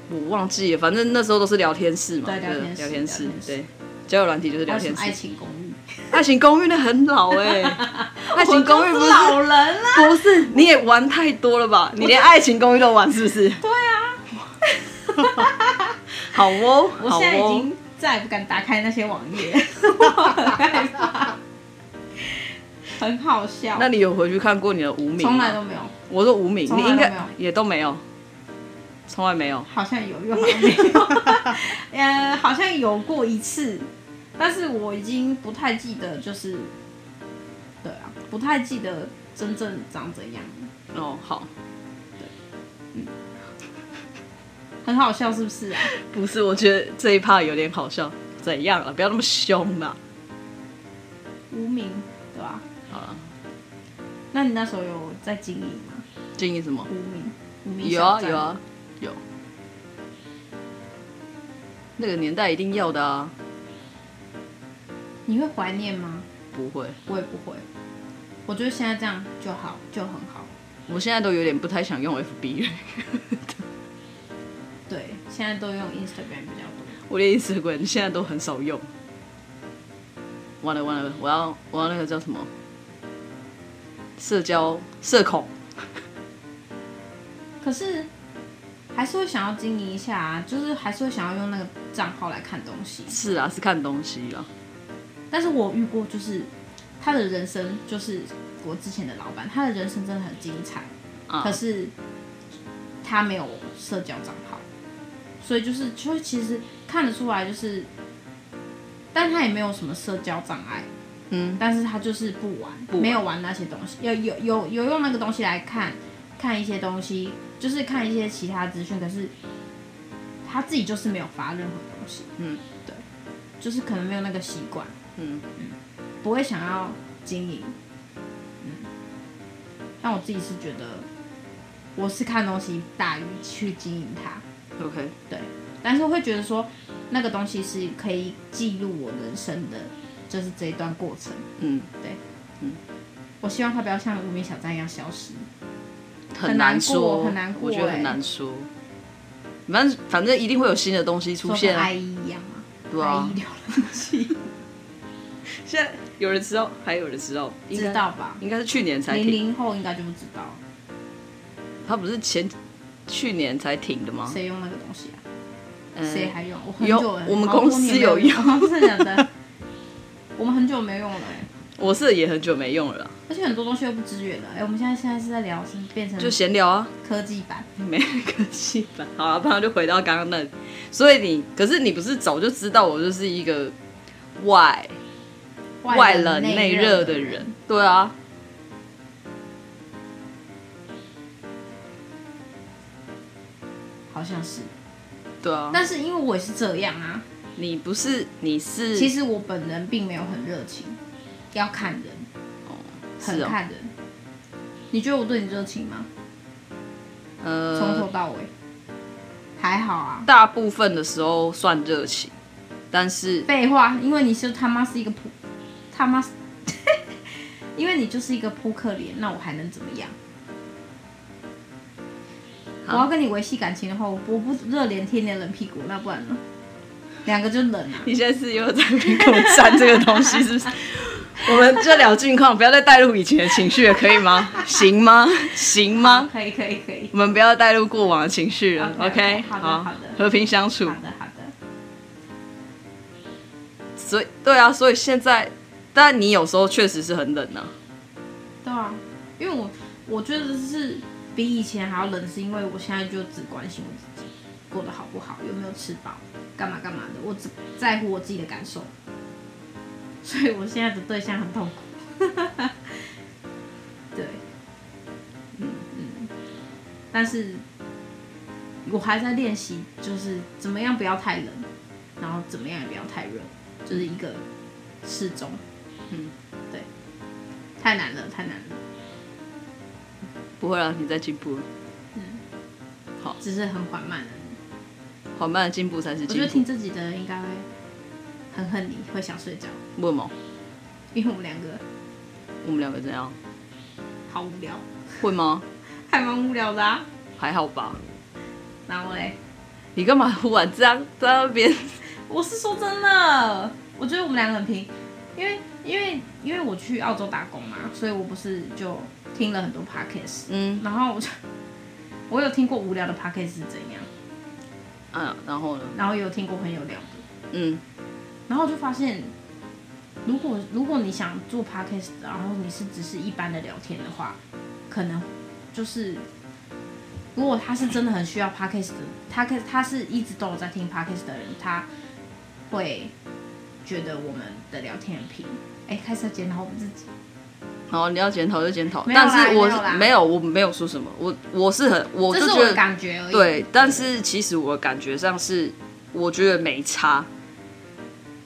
Speaker 1: 我忘记了，反正那时候都是聊天室嘛，
Speaker 2: 对聊天室
Speaker 1: 聊天室
Speaker 2: 聊天，室
Speaker 1: 对，交友软体就是聊
Speaker 2: 还有
Speaker 1: 天
Speaker 2: 什么
Speaker 1: 室
Speaker 2: 爱。情公寓？
Speaker 1: 爱情公寓那很老 哎、爱情公寓不
Speaker 2: 我就是老人啦、
Speaker 1: 不是你也玩太多了吧？你连爱情公寓都玩是不是？对啊，好哦，
Speaker 2: 我
Speaker 1: 好
Speaker 2: 现在已
Speaker 1: 哦，
Speaker 2: 经再也不敢打开那些网 页， 很害怕，很好笑。
Speaker 1: 那你有回去看过你的无名吗？
Speaker 2: 从来都没有，
Speaker 1: 我说无名，
Speaker 2: 从
Speaker 1: 你
Speaker 2: 来
Speaker 1: 应该
Speaker 2: 都没有
Speaker 1: 也都没有，从来没有。
Speaker 2: 好像有，又好像没有， 呃，好像有过一次，但是我已经不太记得，就是，对啊，不太记得真正长怎样，
Speaker 1: 哦，好，
Speaker 2: 很好笑，是不是啊？
Speaker 1: 不是，我觉得这一趴有点好笑，怎样啊了？不要那么凶啊啦。
Speaker 2: 无名，对吧、
Speaker 1: 好了，
Speaker 2: 那你那时候有在经营吗？
Speaker 1: 建议什么
Speaker 2: 无？名，无名
Speaker 1: 有啊
Speaker 2: 小站
Speaker 1: 有啊有，那个年代一定要的啊，
Speaker 2: 你会怀念吗？
Speaker 1: 不会，
Speaker 2: 我也不会，我觉得现在这样就好，就很好。
Speaker 1: 我现在都有点不太想用 FB 了，
Speaker 2: 对，现在都用 Instagram 比较多。
Speaker 1: 我连 Instagram 现在都很少用。完了完了，我要我要那个叫什么？社交社恐，
Speaker 2: 可是还是会想要经营一下、啊，就是还是会想要用那个账号来看东西。
Speaker 1: 是啊，是看东西啦。
Speaker 2: 但是我遇过，就是他的人生，就是我之前的老板，他的人生真的很精彩，
Speaker 1: 啊
Speaker 2: 可是他没有社交账号，所以就是就其实看得出来，就是，但他也没有什么社交障碍，
Speaker 1: 嗯，
Speaker 2: 但是他就是不玩，
Speaker 1: 不玩
Speaker 2: 没有玩那些东西，有有有有用那个东西来看看一些东西，就是看一些其他资讯，可是他自己就是没有发任何东西，
Speaker 1: 嗯，
Speaker 2: 对，就是可能没有那个习惯，
Speaker 1: 嗯
Speaker 2: 不会想要经营，嗯，但我自己是觉得我是看东西大于去经营它，
Speaker 1: ，OK，
Speaker 2: 但是会觉得说那个东西是可以记录我人生的，就是这一段过程。
Speaker 1: 嗯，
Speaker 2: 我希望它不要像无名小站一样消失。
Speaker 1: 很难说，
Speaker 2: 很难过
Speaker 1: 我觉得
Speaker 2: 欸
Speaker 1: 很难说。反正反正一定会有新的东西出现
Speaker 2: 跟
Speaker 1: 啊，
Speaker 2: I 一样啊，
Speaker 1: 对
Speaker 2: i
Speaker 1: 啊
Speaker 2: 一。浏 览器，
Speaker 1: 现在有人知道，还有人知道，应
Speaker 2: 知
Speaker 1: 该
Speaker 2: 道吧？
Speaker 1: 应该是去年才
Speaker 2: 零
Speaker 1: 停，
Speaker 2: 零后应该就不知道
Speaker 1: 他不是前去年才停的吗？
Speaker 2: 谁用那个东西啊，
Speaker 1: 嗯
Speaker 2: 谁还用？我很
Speaker 1: 有
Speaker 2: 久了
Speaker 1: 我们
Speaker 2: 好多
Speaker 1: 公司
Speaker 2: 年没有
Speaker 1: 有用
Speaker 2: 用，哦真的假的？ 我们很久没用了欸、
Speaker 1: 我是也很久没用了啦，
Speaker 2: 而且很多东西又不支援了。哎、我们现在现在是在聊是变成
Speaker 1: 就闲聊啊，
Speaker 2: 科技版，
Speaker 1: 没客气吧。好了，不然就回到刚刚那里。所以你，可是你不是早就知道我就是一个外外冷内热的人，对啊。
Speaker 2: 好像是。
Speaker 1: 对啊，
Speaker 2: 但是因为我也是这样啊，
Speaker 1: 你不是你是
Speaker 2: 其实我本人并没有很热情，要看人，很
Speaker 1: 是哦，
Speaker 2: 看人。你觉得我对你热情吗？从头
Speaker 1: 呃，
Speaker 2: 到尾，还好啊。
Speaker 1: 大部分的时候算热情，但 是
Speaker 2: 废话，因为你是他妈是一个扑，他妈 是，因为你就是一个扑克脸，那我还能怎么样？我
Speaker 1: 好
Speaker 2: 要跟你维系感情的话，我不我不热脸贴你的冷屁股，那不然呢？两个就冷啊。
Speaker 1: 你现在是又在那边给我站这个东西，是不 是？我们就聊近况，不要再带入以前的情绪了，可以吗？行吗？行吗？
Speaker 2: 可以可以可以。
Speaker 1: 我们不要带入过往的情绪了
Speaker 2: OK，
Speaker 1: ，OK？
Speaker 2: 好的好的
Speaker 1: 和平相处
Speaker 2: 好。的好的，
Speaker 1: 所以，对啊，所以现在，但你有时候确实是很冷啊。
Speaker 2: 对啊，因为我我觉得是比以前还要冷，是因为我现在就只关心我自己过得好不好，有没有吃饱，干嘛干嘛的，我只在乎我自己的感受，所以我现在的对象很痛苦。 对，嗯嗯，但是我还在练习，就是怎么样不要太冷，然后怎么样也不要太热，就是一个适中。
Speaker 1: 嗯，
Speaker 2: 对，太难了，太难了。
Speaker 1: 不会啊，你在进步，
Speaker 2: 只是很缓慢的。
Speaker 1: 缓慢的进步才是
Speaker 2: 我觉得
Speaker 1: 进
Speaker 2: 听
Speaker 1: 步。
Speaker 2: 自己的人应该会很恨你，会想睡觉，
Speaker 1: 为什么？
Speaker 2: 因为我们两个
Speaker 1: 我们两个怎样？
Speaker 2: 好无聊，
Speaker 1: 会吗？
Speaker 2: 还蛮无聊的啊。
Speaker 1: 还好吧。
Speaker 2: 然后嘞，
Speaker 1: 你干嘛忽然这样在那边？
Speaker 2: 我是说真的，我觉得我们两个很平，因为因为因为我去澳洲打工嘛，所以我不是就听了很多 podcast，
Speaker 1: 嗯
Speaker 2: 然后我就 我有听过无聊的 podcast 是怎样，
Speaker 1: 嗯、然后呢？
Speaker 2: 然后也有听过很有聊的，
Speaker 1: 嗯，
Speaker 2: 然后我就发现，如果如果你想做 podcast，然后你是只是一般的聊天的话，可能就是如果他是真的很需要 podcast，的他可他是一直都有在听 podcast 的人，他会觉得我们的聊天很平。哎，开始要检讨我们自己。
Speaker 1: 好，你要检讨就检讨，
Speaker 2: 没有
Speaker 1: 但
Speaker 2: 啦
Speaker 1: 是我
Speaker 2: 没有啦
Speaker 1: 没有，我没有说什么，我我是很，我
Speaker 2: 这
Speaker 1: 就是觉
Speaker 2: 我的
Speaker 1: 得
Speaker 2: 感觉而已。
Speaker 1: 对，但是其实我感觉上是，我觉得没差，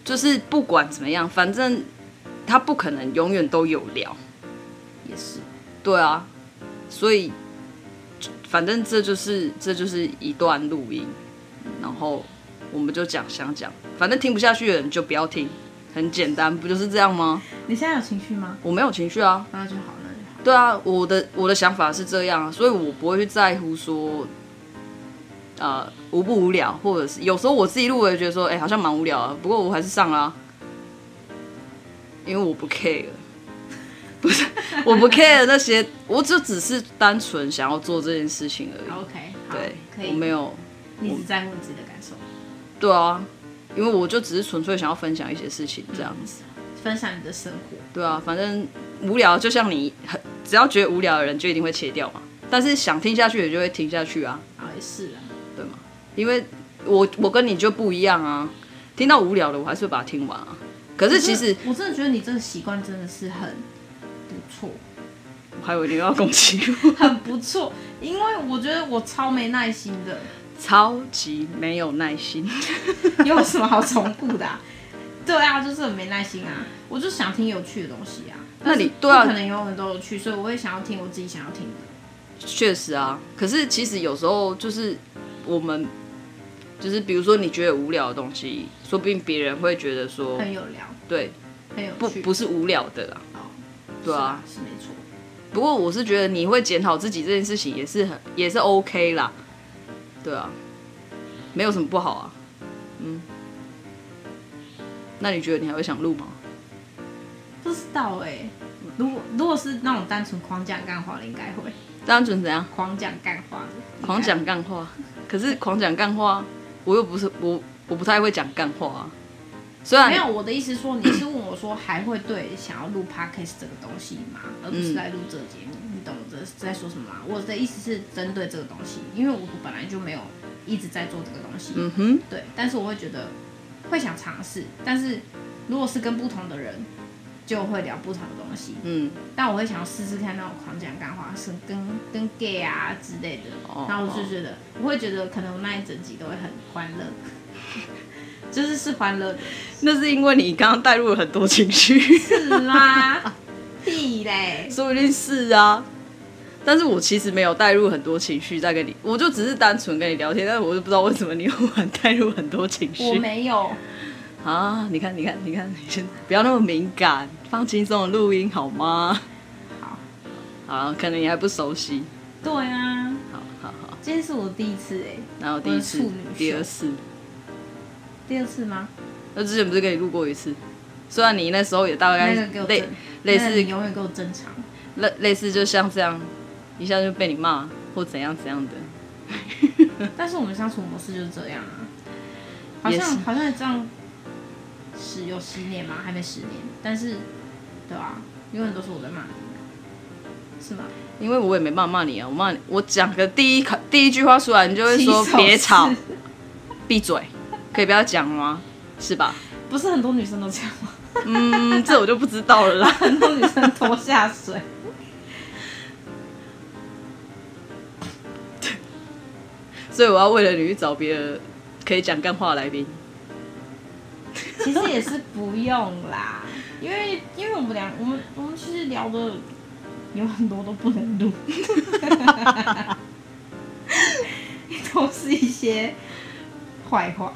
Speaker 1: 就是不管怎么样，反正他不可能永远都有聊，
Speaker 2: 也是，
Speaker 1: 对啊，所以反正这就是这就是一段录音，然后我们就讲想讲，反正听不下去的人就不要听，很简单，不就是这样吗？
Speaker 2: 你现在有情绪吗？
Speaker 1: 我没有情绪啊，
Speaker 2: 那就好，那就好。
Speaker 1: 对啊，我的我的想法是这样啊，所以我不会去在乎说，呃，无不无聊，或者是有时候我自己录，我也觉得说，哎、好像蛮无聊啊，不过我还是上啦、因为我不 care，不是我不 care 那些，我就只是单纯想要做这件事情而已。
Speaker 2: 好 OK，好
Speaker 1: 对
Speaker 2: 可，
Speaker 1: 我
Speaker 2: 以。
Speaker 1: 没有，
Speaker 2: 你只在乎你自己的感受，
Speaker 1: 对啊，因为我就只是纯粹想要分享一些事情这样子。
Speaker 2: 分享你的生活。
Speaker 1: 对啊，反正无聊，就像你很只要觉得无聊的人，就一定会切掉嘛。但是想听下去，也就会听下去啊。
Speaker 2: 啊，也是啊。
Speaker 1: 对吗？因为我我跟你就不一样啊，听到无聊的我还是会把它听完啊。可是其实
Speaker 2: 我真的我真的觉得你这个习惯真的是很不错，
Speaker 1: 还有你要攻击 我，
Speaker 2: 很不错，因为我觉得我超没耐心的，
Speaker 1: 超级没有耐心。
Speaker 2: 你有什么好重复的、啊？对啊，就是很没耐心啊，我就想听有趣的东西啊。
Speaker 1: 那你
Speaker 2: 不
Speaker 1: 对啊
Speaker 2: 可，能永远都有趣，所以我也想要听我自己想要听的。
Speaker 1: 确实啊。可是其实有时候就是我们就是比如说你觉得无聊的东西，说不定别人会觉得说
Speaker 2: 很有聊，
Speaker 1: 对，
Speaker 2: 很有
Speaker 1: 不
Speaker 2: 趣。
Speaker 1: 不是无聊的啦。
Speaker 2: 哦
Speaker 1: 对啊，
Speaker 2: 是没错。
Speaker 1: 不过我是觉得你会检讨自己这件事情也是很也是 OK 啦，对啊，没有什么不好啊，嗯。那你觉得你还会想录吗？
Speaker 2: 不知道哎、如果如果是那种单纯狂讲干话的，应该会
Speaker 1: 单纯怎样？
Speaker 2: 狂讲干话的应该
Speaker 1: 啊狂讲干话，可是狂讲干话，我又不是我我不太会讲干话、啊，虽
Speaker 2: 没
Speaker 1: 然
Speaker 2: 有，我的意思是说，你是问我说还会对想要录 podcast 这个东西吗？
Speaker 1: 嗯
Speaker 2: 而不是在录这个节目，你懂我这在说什么吗？我的意思是针对这个东西，因为我本来就没有一直在做这个东西，
Speaker 1: 嗯哼，
Speaker 2: 对，但是我会觉得会想尝试，但是如果是跟不同的人，就会聊不同的东西，
Speaker 1: 嗯，
Speaker 2: 但我会想要试试看那种狂讲干话，是跟跟 gay 啊之类的
Speaker 1: 哦，
Speaker 2: 然后我就觉得我会觉得可能我那一整集都会很欢乐， 就是是欢乐的。
Speaker 1: 那是因为你刚刚带入了很多情绪，
Speaker 2: 是吗？ 屁嘞！
Speaker 1: 说不定是啊。但是我其实没有带入很多情绪在跟你，我就只是单纯跟你聊天，但是我就不知道为什么你忽然带入很多情
Speaker 2: 我
Speaker 1: 绪
Speaker 2: 没有，
Speaker 1: 啊！你看，你看，你看，你先不要那么敏感，放轻松的录音好吗？
Speaker 2: 好，
Speaker 1: 好，可能你还不熟悉。
Speaker 2: 对啊，
Speaker 1: 好好好，
Speaker 2: 今天是我第一次哎、
Speaker 1: 然后第一次
Speaker 2: 我的处女秀、
Speaker 1: 第二次，
Speaker 2: 第二次吗？
Speaker 1: 那之前不是跟你录过一次？虽然你那时候也大概
Speaker 2: 那个给我
Speaker 1: 类
Speaker 2: 正，
Speaker 1: 类
Speaker 2: 那个
Speaker 1: 似
Speaker 2: 你永远给我正 常，
Speaker 1: 类类似，就像这样，一下就被你骂或怎样怎样的。
Speaker 2: 但是我们相处模式就是这样啊，好
Speaker 1: 也
Speaker 2: 像
Speaker 1: 是
Speaker 2: 好像这样十有十年吗？还没十年，但是对啊，永远都是我在骂你，是吗？
Speaker 1: 因为我也没办法骂你啊，我骂你，我讲个第一口第一句话出来，你就会说
Speaker 2: 起手
Speaker 1: 别吵
Speaker 2: 式，
Speaker 1: 闭嘴，可以不要讲吗？是吧？
Speaker 2: 不是很多女生都这样吗？
Speaker 1: 嗯，这我就不知道了啦。
Speaker 2: 很多女生拖下水。
Speaker 1: 所以我要为了你去找别的可以讲干话的来宾。
Speaker 2: 其实也是不用啦，因为因为我们俩我们我们其实聊的有很多都不能录， 都是一些坏话，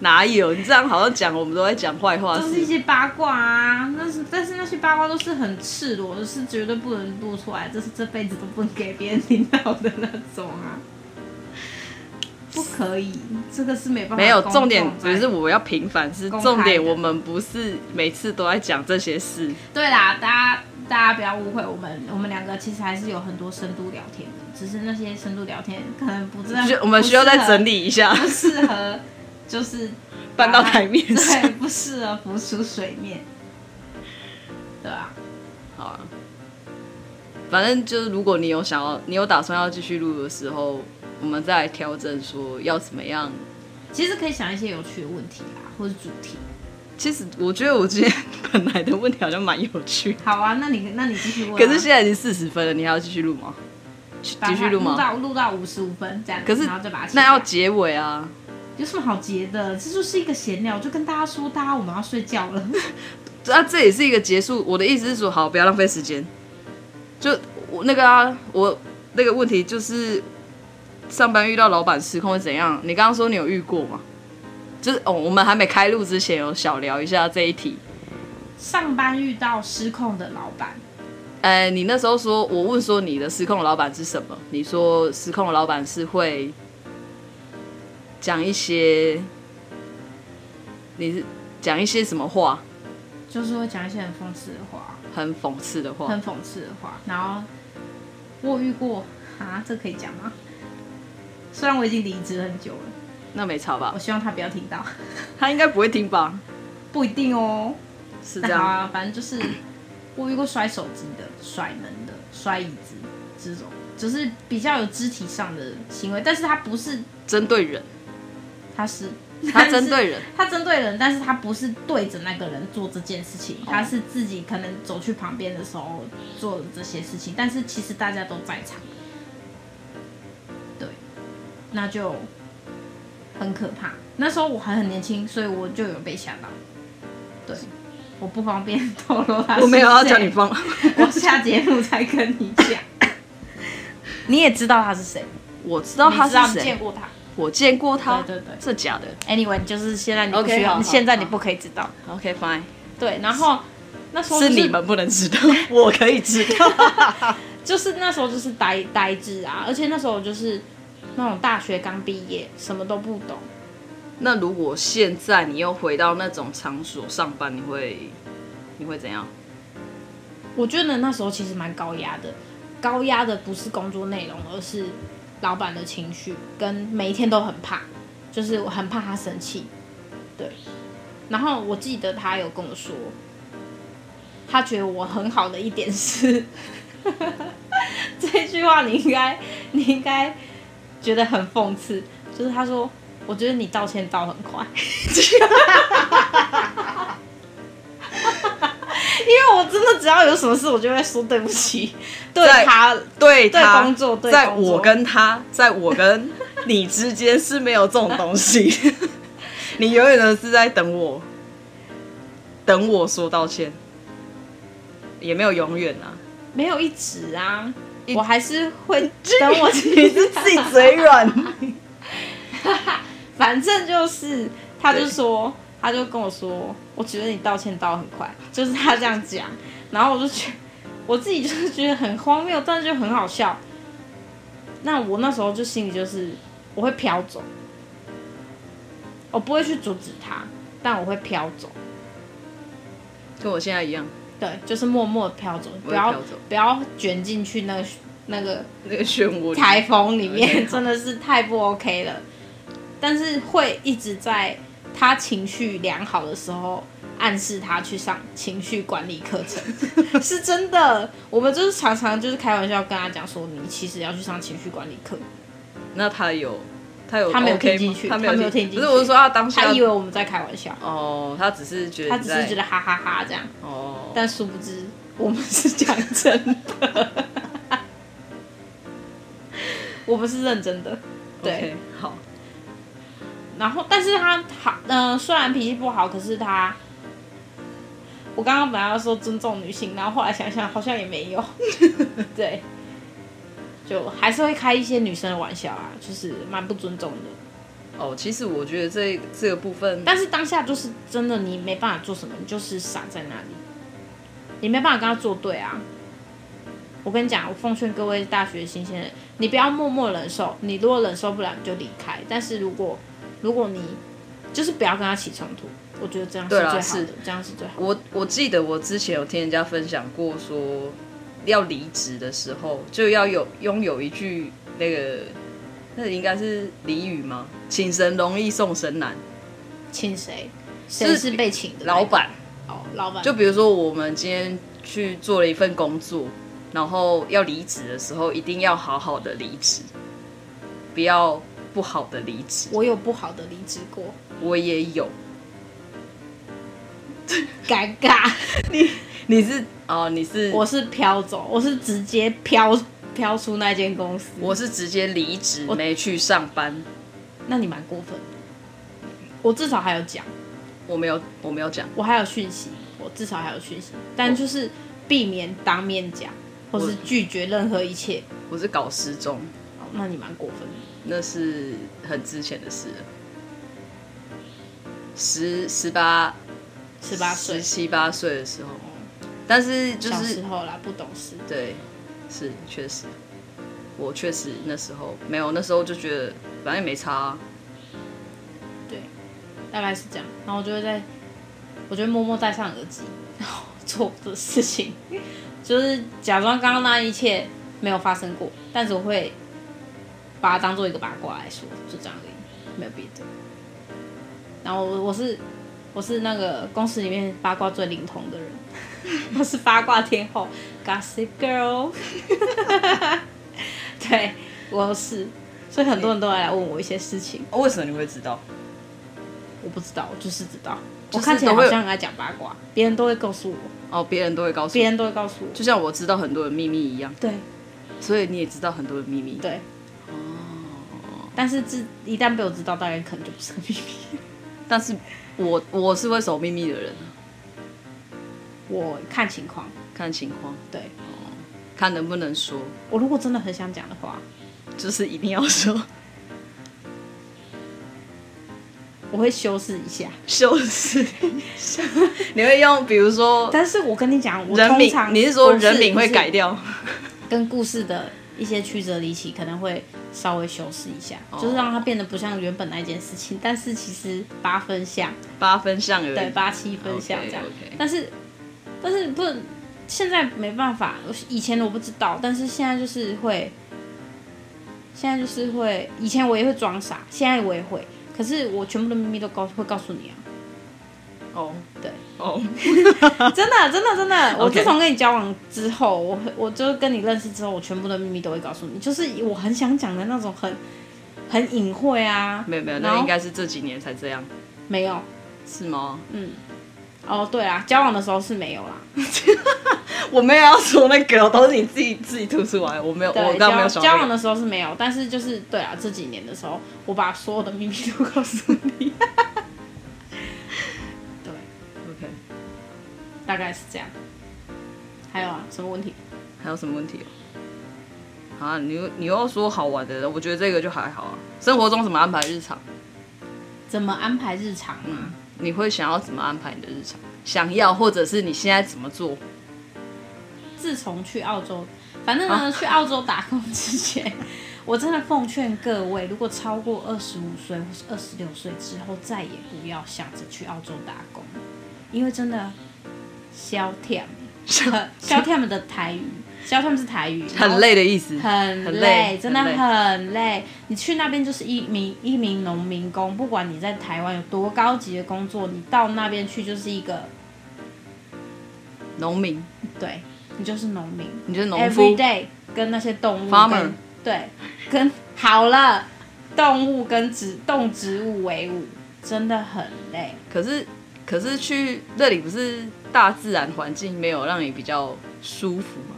Speaker 1: 哪有？你这样好像讲我们都在讲坏话
Speaker 2: 都是一
Speaker 1: 啊是？
Speaker 2: 些八卦啊。那是但是那些八卦都是很赤裸的，是绝对不能录出来，这是这辈子都不能给别人听到的那种啊。不可以，这个是没办法。
Speaker 1: 没有，重点
Speaker 2: 不
Speaker 1: 只是我要平反，是
Speaker 2: 公开的
Speaker 1: 重点。我们不是每次都在讲这些事，
Speaker 2: 对啦，大家大家不要误会，我们我们两个其实还是有很多深度聊天的，只是那啊些深度聊天可能不知道
Speaker 1: 就，我们需要再整
Speaker 2: 理，
Speaker 1: 理一下。
Speaker 2: 不适合就是
Speaker 1: 搬到台面上。
Speaker 2: 对，不适合浮出水面。对啊，
Speaker 1: 好啊，反正就是如果你有想要，你有打算要继续录的时候，我们再来调整说要怎么样。
Speaker 2: 其实可以想一些有趣的问题啦，或是主题。
Speaker 1: 其实我觉得我今天本来的问题好像蛮有趣，
Speaker 2: 好啊，那你那你继续问啊、
Speaker 1: 可是现在已经四十分了，你还要继续录吗？去
Speaker 2: 把它
Speaker 1: 继续录
Speaker 2: 录
Speaker 1: 吗？
Speaker 2: 到录到五十五分这样，
Speaker 1: 可是
Speaker 2: 然后再把它切
Speaker 1: 那要
Speaker 2: 掉
Speaker 1: 结尾啊。
Speaker 2: 有什么好结的？这就是一个闲聊，就跟大家说，大家我们要睡觉了。
Speaker 1: 啊，这也是一个结束。我的意思是说，好，不要浪费时间。就我那个啊，我那个问题就是，上班遇到老板失控会怎样？你刚刚说你有遇过吗？就是哦，我们还没开录之前有小聊一下这一题。
Speaker 2: 上班遇到失控的老板，
Speaker 1: 呃，你那时候说，我问说你的失控老板是什么？你说失控老板是会讲一些，你是讲一些什么话，
Speaker 2: 就是会讲一些很讽刺的话，
Speaker 1: 很讽刺的话。
Speaker 2: 很讽刺的话。然后我有遇过啊，这可以讲吗？虽然我已经离职很久了，
Speaker 1: 那没差吧
Speaker 2: 我？希望他不要听到，
Speaker 1: 他应该不会听吧？
Speaker 2: 不一定哦。
Speaker 1: 是这
Speaker 2: 那好
Speaker 1: 样。
Speaker 2: 啊，反正就是我遇过摔手机的、甩门的、摔椅子这种，就是比较有肢体上的行为，但是他不是，
Speaker 1: 针对人，
Speaker 2: 他是
Speaker 1: 他针对人，
Speaker 2: 他针对人，但是他不是对着那个人做这件事
Speaker 1: 哦
Speaker 2: 情，他是自己可能走去旁边的时候做的这些事情，但是其实大家都在场，对，那就很可怕。那时候我还很年轻，所以我就有被吓到，对，我不方便透露他是谁。
Speaker 1: 我没有要叫你放，
Speaker 2: 我下节目才跟你 讲。你也知道他是谁，
Speaker 1: 我知道他
Speaker 2: 你知道
Speaker 1: 是
Speaker 2: 你见
Speaker 1: 谁，
Speaker 2: 过他。
Speaker 1: 我见过他，
Speaker 2: 对对对
Speaker 1: 这假的。
Speaker 2: Anyway，就是现在你不
Speaker 1: OK，
Speaker 2: 需要
Speaker 1: 好好
Speaker 2: 现在你
Speaker 1: 好
Speaker 2: 不可以知道。
Speaker 1: OK fine，
Speaker 2: 对，然后那时候、就是
Speaker 1: 你们不能知道， 我可以知道。
Speaker 2: 就是那时候就是呆呆滞啊，而且那时候我就是那种大学刚毕业，什么都不懂，
Speaker 1: 那如果现在你又回到那种场所上班，你会你会怎样？
Speaker 2: 我觉得那时候其实蛮高压的，高压的不是工作内容，而是老板的情绪，跟每一天都很怕，就是我很怕他生气，对。然后我记得他有跟我说，他觉得我很好的一点是， 这句话你应该你应该觉得很讽刺，就是他说，我觉得你道歉道很快。 因为我真的只要有什么事，我就会说对不起，对
Speaker 1: 在
Speaker 2: 他
Speaker 1: 对他
Speaker 2: 对工作对
Speaker 1: 在
Speaker 2: 工作
Speaker 1: 我跟他，在我 跟你之间是没有这种东 西。你永远都是在等我，等我说道歉，也没有永远啊。
Speaker 2: 没有一直啊，我还是会 等我自
Speaker 1: 你是自己嘴软。
Speaker 2: 反正就是，他就说，他就跟我说，我觉得你道歉道很快，就是他这样讲，然后我就觉我自己就是觉得很荒谬，但是就很好笑。那我那时候就心里就是，我会飘走，我不会去阻止他，但我会飘走，
Speaker 1: 跟我现在一样，
Speaker 2: 对，就是默默地飘走，
Speaker 1: 我
Speaker 2: 不
Speaker 1: 会
Speaker 2: 要
Speaker 1: 飘走
Speaker 2: 不要卷进去那个那个
Speaker 1: 那个漩涡里
Speaker 2: 台风里
Speaker 1: OK，
Speaker 2: 面，
Speaker 1: 好
Speaker 2: 真的是太不 OK 了。但是会一直在他情绪良好的时候，暗示他去上情绪管理课程， 是真的。我们就是常常就是开玩笑跟他讲说，你其实要去上情绪管理课。
Speaker 1: 那他有，他有
Speaker 2: 他没有
Speaker 1: OK
Speaker 2: 听进
Speaker 1: 吗
Speaker 2: 去
Speaker 1: 他
Speaker 2: 他没
Speaker 1: 有
Speaker 2: 有听进去
Speaker 1: 不是我是说他当下
Speaker 2: 他以为我们在开玩笑，
Speaker 1: 哦，他只是觉得
Speaker 2: 他只是觉
Speaker 1: 得
Speaker 2: 得哈哈哈这样，
Speaker 1: 哦，
Speaker 2: 但殊不知我们是讲真的， 我们是认真的。对
Speaker 1: OK，好，
Speaker 2: 然后，但是他好，嗯、虽然脾气不好，可是他，我刚刚本来要说尊重女性，然后后来想想好像也没有，对，就还是会开一些女生的玩笑啊，就是蛮不尊重的。
Speaker 1: 哦，其实我觉得这这个部分，
Speaker 2: 但是当下就是真的，你没办法做什么，你就是傻在那里，你没办法跟他作对啊。我跟你讲，我奉劝各位大学新鲜人，你不要默默忍受，你如果忍受不了，你就离开。但是如果如果你就是不要跟他起冲突，我觉得这样是
Speaker 1: 对
Speaker 2: 最
Speaker 1: 啦
Speaker 2: 好的，
Speaker 1: 是
Speaker 2: 这样是最好的。
Speaker 1: 我我记得我之前有听人家分享过说，要离职的时候就要有拥有一句那个，那应该是俚语吗？请神容易送神难。
Speaker 2: 请谁，谁是被请的那个
Speaker 1: 老板，
Speaker 2: 哦，老板
Speaker 1: 就比如说我们今天去做了一份工作，然后要离职的时候，一定要好好的离职，不要不好的离职。
Speaker 2: 我有不好的离职过，
Speaker 1: 我也有，
Speaker 2: 尴尬，
Speaker 1: 你是哦，你是
Speaker 2: 我是飘走，我是直接飘飘出那间公司，
Speaker 1: 我是直接离职，
Speaker 2: 我
Speaker 1: 没去上班。
Speaker 2: 那你蛮过分的，我至少还有讲，
Speaker 1: 我没有，我没有讲，
Speaker 2: 我还有讯息，我至少还有讯息，
Speaker 1: 哦
Speaker 2: 但就是避免当面讲，或是拒绝任何一切，
Speaker 1: 我是搞失踪，
Speaker 2: 哦那你蛮过分的。
Speaker 1: 那是很之前的事了。十十八
Speaker 2: 十八岁
Speaker 1: 十，七八岁的时候，但是就
Speaker 2: 小
Speaker 1: 是
Speaker 2: 时候啦，不懂事。
Speaker 1: 对，是确实，我确实那时候没有，那时候就觉得反正也没差啊、
Speaker 2: 大概是这样。然后我就会在，我就会默默戴上耳机，然后做我的事情，就是假装刚刚那一切没有发生过，但是我会把它当做一个八卦来说，就这样而已，没有别的。然后我我是我是那个公司里面八卦最灵通的人， 我是八卦天后，Gossip Girl。对，我是，所以很多人都来问我一些事情。
Speaker 1: 哦为什么你会知道？
Speaker 2: 我不知道，我就是知道。
Speaker 1: 就
Speaker 2: 我
Speaker 1: 是
Speaker 2: 看起来
Speaker 1: 都会
Speaker 2: 好像很爱讲八卦，别人都会告诉我，
Speaker 1: 哦，别人都会告诉
Speaker 2: 别
Speaker 1: 你，
Speaker 2: 人都会告诉我。
Speaker 1: 就像我知道很多的秘密一样，
Speaker 2: 对
Speaker 1: 所以你也知道很多的秘密。
Speaker 2: 对。但是自一旦被我知道，大概可能就不是个秘密。
Speaker 1: 但是我我是会守秘密的人，
Speaker 2: 我看情况，
Speaker 1: 看情况，
Speaker 2: 对
Speaker 1: 看能不能说，
Speaker 2: 我如果真的很想讲的话，
Speaker 1: 就是一定要说，
Speaker 2: 我会修饰一下。
Speaker 1: 羞耻。 你会用比如说
Speaker 2: 但是我跟你讲，我
Speaker 1: 人
Speaker 2: 通
Speaker 1: 名，
Speaker 2: 常
Speaker 1: 你是说
Speaker 2: 不
Speaker 1: 人名会
Speaker 2: 不
Speaker 1: 改掉？
Speaker 2: 跟故事的一些曲折离奇，可能会稍微修饰一下，就是让它变得不像原本那一件事情，但是其实八分像。
Speaker 1: 八分像而已。
Speaker 2: 对，八七分像这样。
Speaker 1: OK，OK
Speaker 2: 但是，但是不能，现在没办法。以前我不知道，但是现在就是会，现在就是会。以前我也会装傻，现在我也会。可是我全部的秘密都告会告诉你 啊！
Speaker 1: 哦，
Speaker 2: 对，
Speaker 1: 哦，
Speaker 2: 真的，真的，真的。我
Speaker 1: OK
Speaker 2: 自从跟你交往之后，我会我就是跟你认识之后，我全部的秘密都会告诉你，就是我很想讲的那种很很隐晦啊。
Speaker 1: 哦没有没有，
Speaker 2: 然
Speaker 1: 那
Speaker 2: 后
Speaker 1: 应该是这几年才这样，
Speaker 2: 没有。
Speaker 1: 是吗？
Speaker 2: 哦，对啊，交往的时候是没有啦。
Speaker 1: 我没有要说那个，都是你自己自己吐出来，我没有， 我
Speaker 2: 对，
Speaker 1: 刚刚没有
Speaker 2: 交
Speaker 1: 想
Speaker 2: 交
Speaker 1: 到那
Speaker 2: 往
Speaker 1: 个。
Speaker 2: 的时候是没有，但是就是对啊，这几年的时候，我把所有的秘密都告诉你，对，
Speaker 1: OK，
Speaker 2: 大概是这样。还有啊，什么问题？
Speaker 1: 还有什么问题哦？啊，你又你又要说好玩的，我觉得这个就还好啊。生活中怎么安排日常？
Speaker 2: 怎么安排日常啊？
Speaker 1: 你会想要怎么安排你的日常？想要，或者是你现在怎么做？
Speaker 2: 自从去澳洲，反正呢，去澳洲打工之前，我真的奉劝各位，如果超过二十五岁或是二十六岁之后，再也不要想着去澳洲打工，因为真的消 甜。消他们的台语，消他们是台语，然后
Speaker 1: 很累的意思。
Speaker 2: 很
Speaker 1: 很累
Speaker 2: 累，真的
Speaker 1: 很累
Speaker 2: 很累。你去那边就是一名一名农民工，不管你在台湾有多高级的工作，你到那边去就是一个，
Speaker 1: 农民，
Speaker 2: 对你就是农民
Speaker 1: 你就是农
Speaker 2: ，every
Speaker 1: 夫
Speaker 2: day 跟那些动物
Speaker 1: Farmer
Speaker 2: 跟对，跟好了，动物跟植动植物为伍，真的很累。
Speaker 1: 可是可是去那里不是大自然环境没有让你比较舒服吗？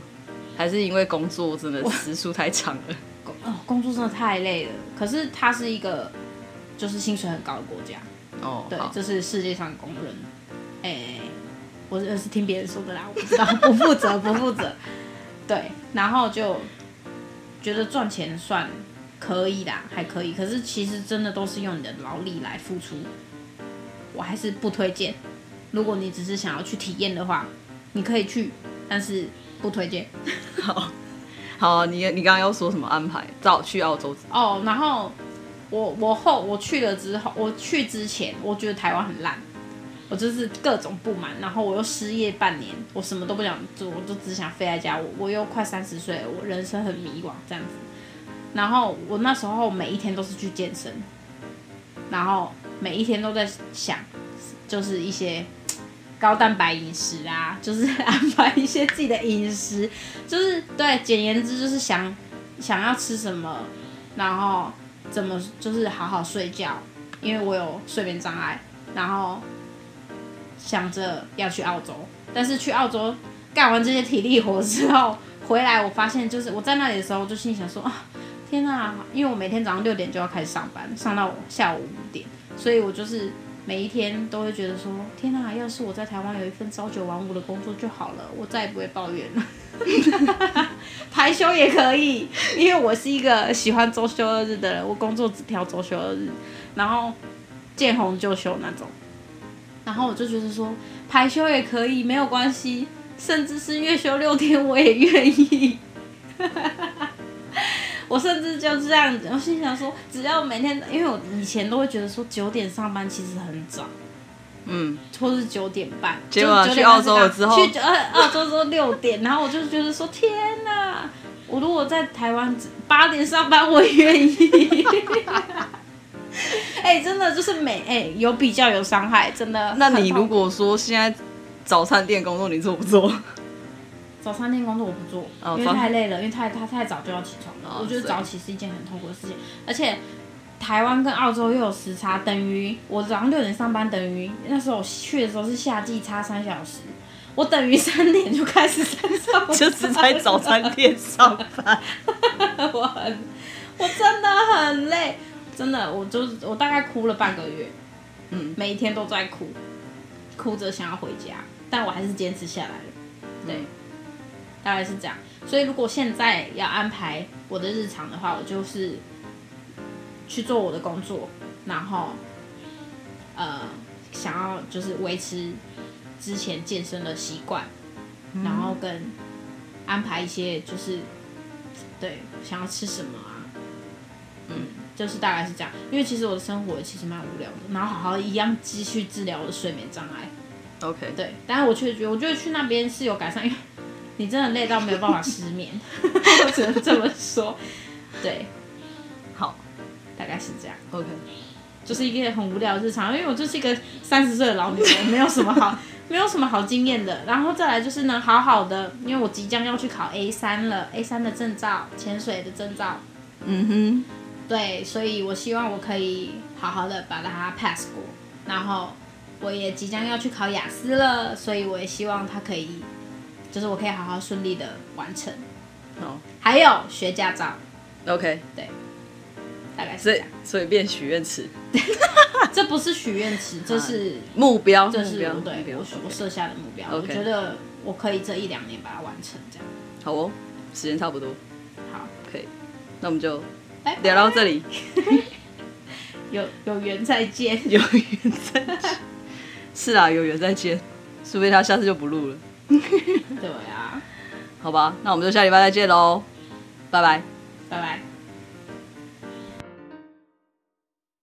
Speaker 1: 还是因为工作真的时数太长了？
Speaker 2: 工哦，工作真的太累了。可是它是一个就是薪水很高的国家，
Speaker 1: 哦，
Speaker 2: 对
Speaker 1: 好，
Speaker 2: 这是世界上公认。哎、我是是听别人说的啦，我不知道， 不负责，不负责。对，然后就觉得赚钱算可以啦，还可以。可是其实真的都是用你的劳力来付出，我还是不推荐。如果你只是想要去体验的话，你可以去，但是不推荐。
Speaker 1: 好，啊你你刚刚要说什么安排？早去澳洲
Speaker 2: 哦，然后我我后我去了之后，我去之前我觉得台湾很烂，我就是各种不满，然后我又失业半年，我什么都不想做，我就只想飞在家。我我又快三十岁了，我人生很迷惘这样子。然后我那时候每一天都是去健身，然后每一天都在想，就是一些高蛋白饮食啊，就是安排一些自己的饮食，就是对，简言之就是想想要吃什么，然后怎么就是好好睡觉，因为我有睡眠障碍，然后想着要去澳洲，但是去澳洲干完这些体力活之后回来，我发现就是我在那里的时候，我就心里想说啊。天啊！因为我每天早上六点就要开始上班，上到下午五点，所以我就是每一啊天都会觉得说：天啊！要是我在台湾有一份朝九晚五的工作就好了，我再也不会抱怨了。排休也可以， 因为我是一个喜欢周休二日的人，我工作只挑周休二日，然后见红就休那种。然后我就觉得说，排休也可以，没有关系，甚至是月休六天我也愿意。 我甚至就这样子，我心想说，只要每天，因为我以前都会觉得说九点上班其实很早，
Speaker 1: 嗯，
Speaker 2: 或是九点半。
Speaker 1: 结果
Speaker 2: 就
Speaker 1: 去
Speaker 2: 9点半
Speaker 1: 澳洲了之后
Speaker 2: 去九呃澳洲之后六点，然后我就觉得说，天哪！我如果在台湾只八点上班，我也愿意。 哎、真的就是每哎、有比较有伤害，真的。
Speaker 1: 那你
Speaker 2: 很痛苦
Speaker 1: 如果说现在早餐店工作，你做不 做？
Speaker 2: 早餐店工作我不做，
Speaker 1: 哦
Speaker 2: 因为
Speaker 1: 早
Speaker 2: 太累了，因为太他太早就要起床了。
Speaker 1: 哦
Speaker 2: 我觉得
Speaker 1: 是
Speaker 2: 早起是一件很痛苦的事情，而且台湾跟澳洲又有时差，等于我早上六点上班，等于那时候我去的时候是夏季差三小时，我等于三点就开始上班
Speaker 1: 就只在早餐店上班。
Speaker 2: 我很， 我真的很累，真的，我就是我大概哭了半个月，
Speaker 1: 嗯，
Speaker 2: 每一天都在哭，哭着想要回家，但我还是坚持下来了。 对，
Speaker 1: 嗯
Speaker 2: 大概是这样。所以如果现在要安排我的日常的话，我就是去做我的工作，然后呃，想要就是维持之前健身的习惯，然后跟安排一些就是对想要吃什么啊，嗯，就是大概是这样。因为其实我的生活其实蛮无聊的，然后好好一样继续治疗我的睡眠障碍。
Speaker 1: OK，
Speaker 2: 对，但是我却觉得，我觉得去那边是有改善，因为你真的累到没有办法失眠， 我只能这么说。对，
Speaker 1: 好
Speaker 2: 大概是这样。
Speaker 1: ，OK，
Speaker 2: 就是一个很无聊的日常，因为我就是一个三十岁的老女人，没有什么好，没有什么好经验的。然后再来就是呢，好好的，因为我即将要去考 A 三了，A 三的证照，潜水的证照，
Speaker 1: 嗯
Speaker 2: 对，所以我希望我可以好好的把它 pass 过，然后我也即将要去考雅思了，所以我也希望它可以，就是我可以好好顺利的完成。
Speaker 1: 哼，好
Speaker 2: 还有学驾照，
Speaker 1: ，OK，
Speaker 2: 大概是
Speaker 1: 所
Speaker 2: 这
Speaker 1: 以
Speaker 2: 样。
Speaker 1: 所以变许愿池，
Speaker 2: 这不是许愿 池，这是
Speaker 1: 目标，
Speaker 2: 这
Speaker 1: 啊目
Speaker 2: 是
Speaker 1: 标，
Speaker 2: 我
Speaker 1: 目
Speaker 2: 对
Speaker 1: 标
Speaker 2: 我我设下的目标。我
Speaker 1: OK
Speaker 2: 觉得我可以这一两年把它完成，这样。
Speaker 1: 好哦，时间差不多，
Speaker 2: 好，
Speaker 1: 可以，那我们就
Speaker 2: 拜拜
Speaker 1: 聊到这里，
Speaker 2: 哎有有缘再见。
Speaker 1: 有缘再见。 是啊，有缘再见，除非他下次就不录了，
Speaker 2: 对啊，
Speaker 1: 好吧？那我们就下礼拜再见喽，拜拜。
Speaker 2: 拜拜。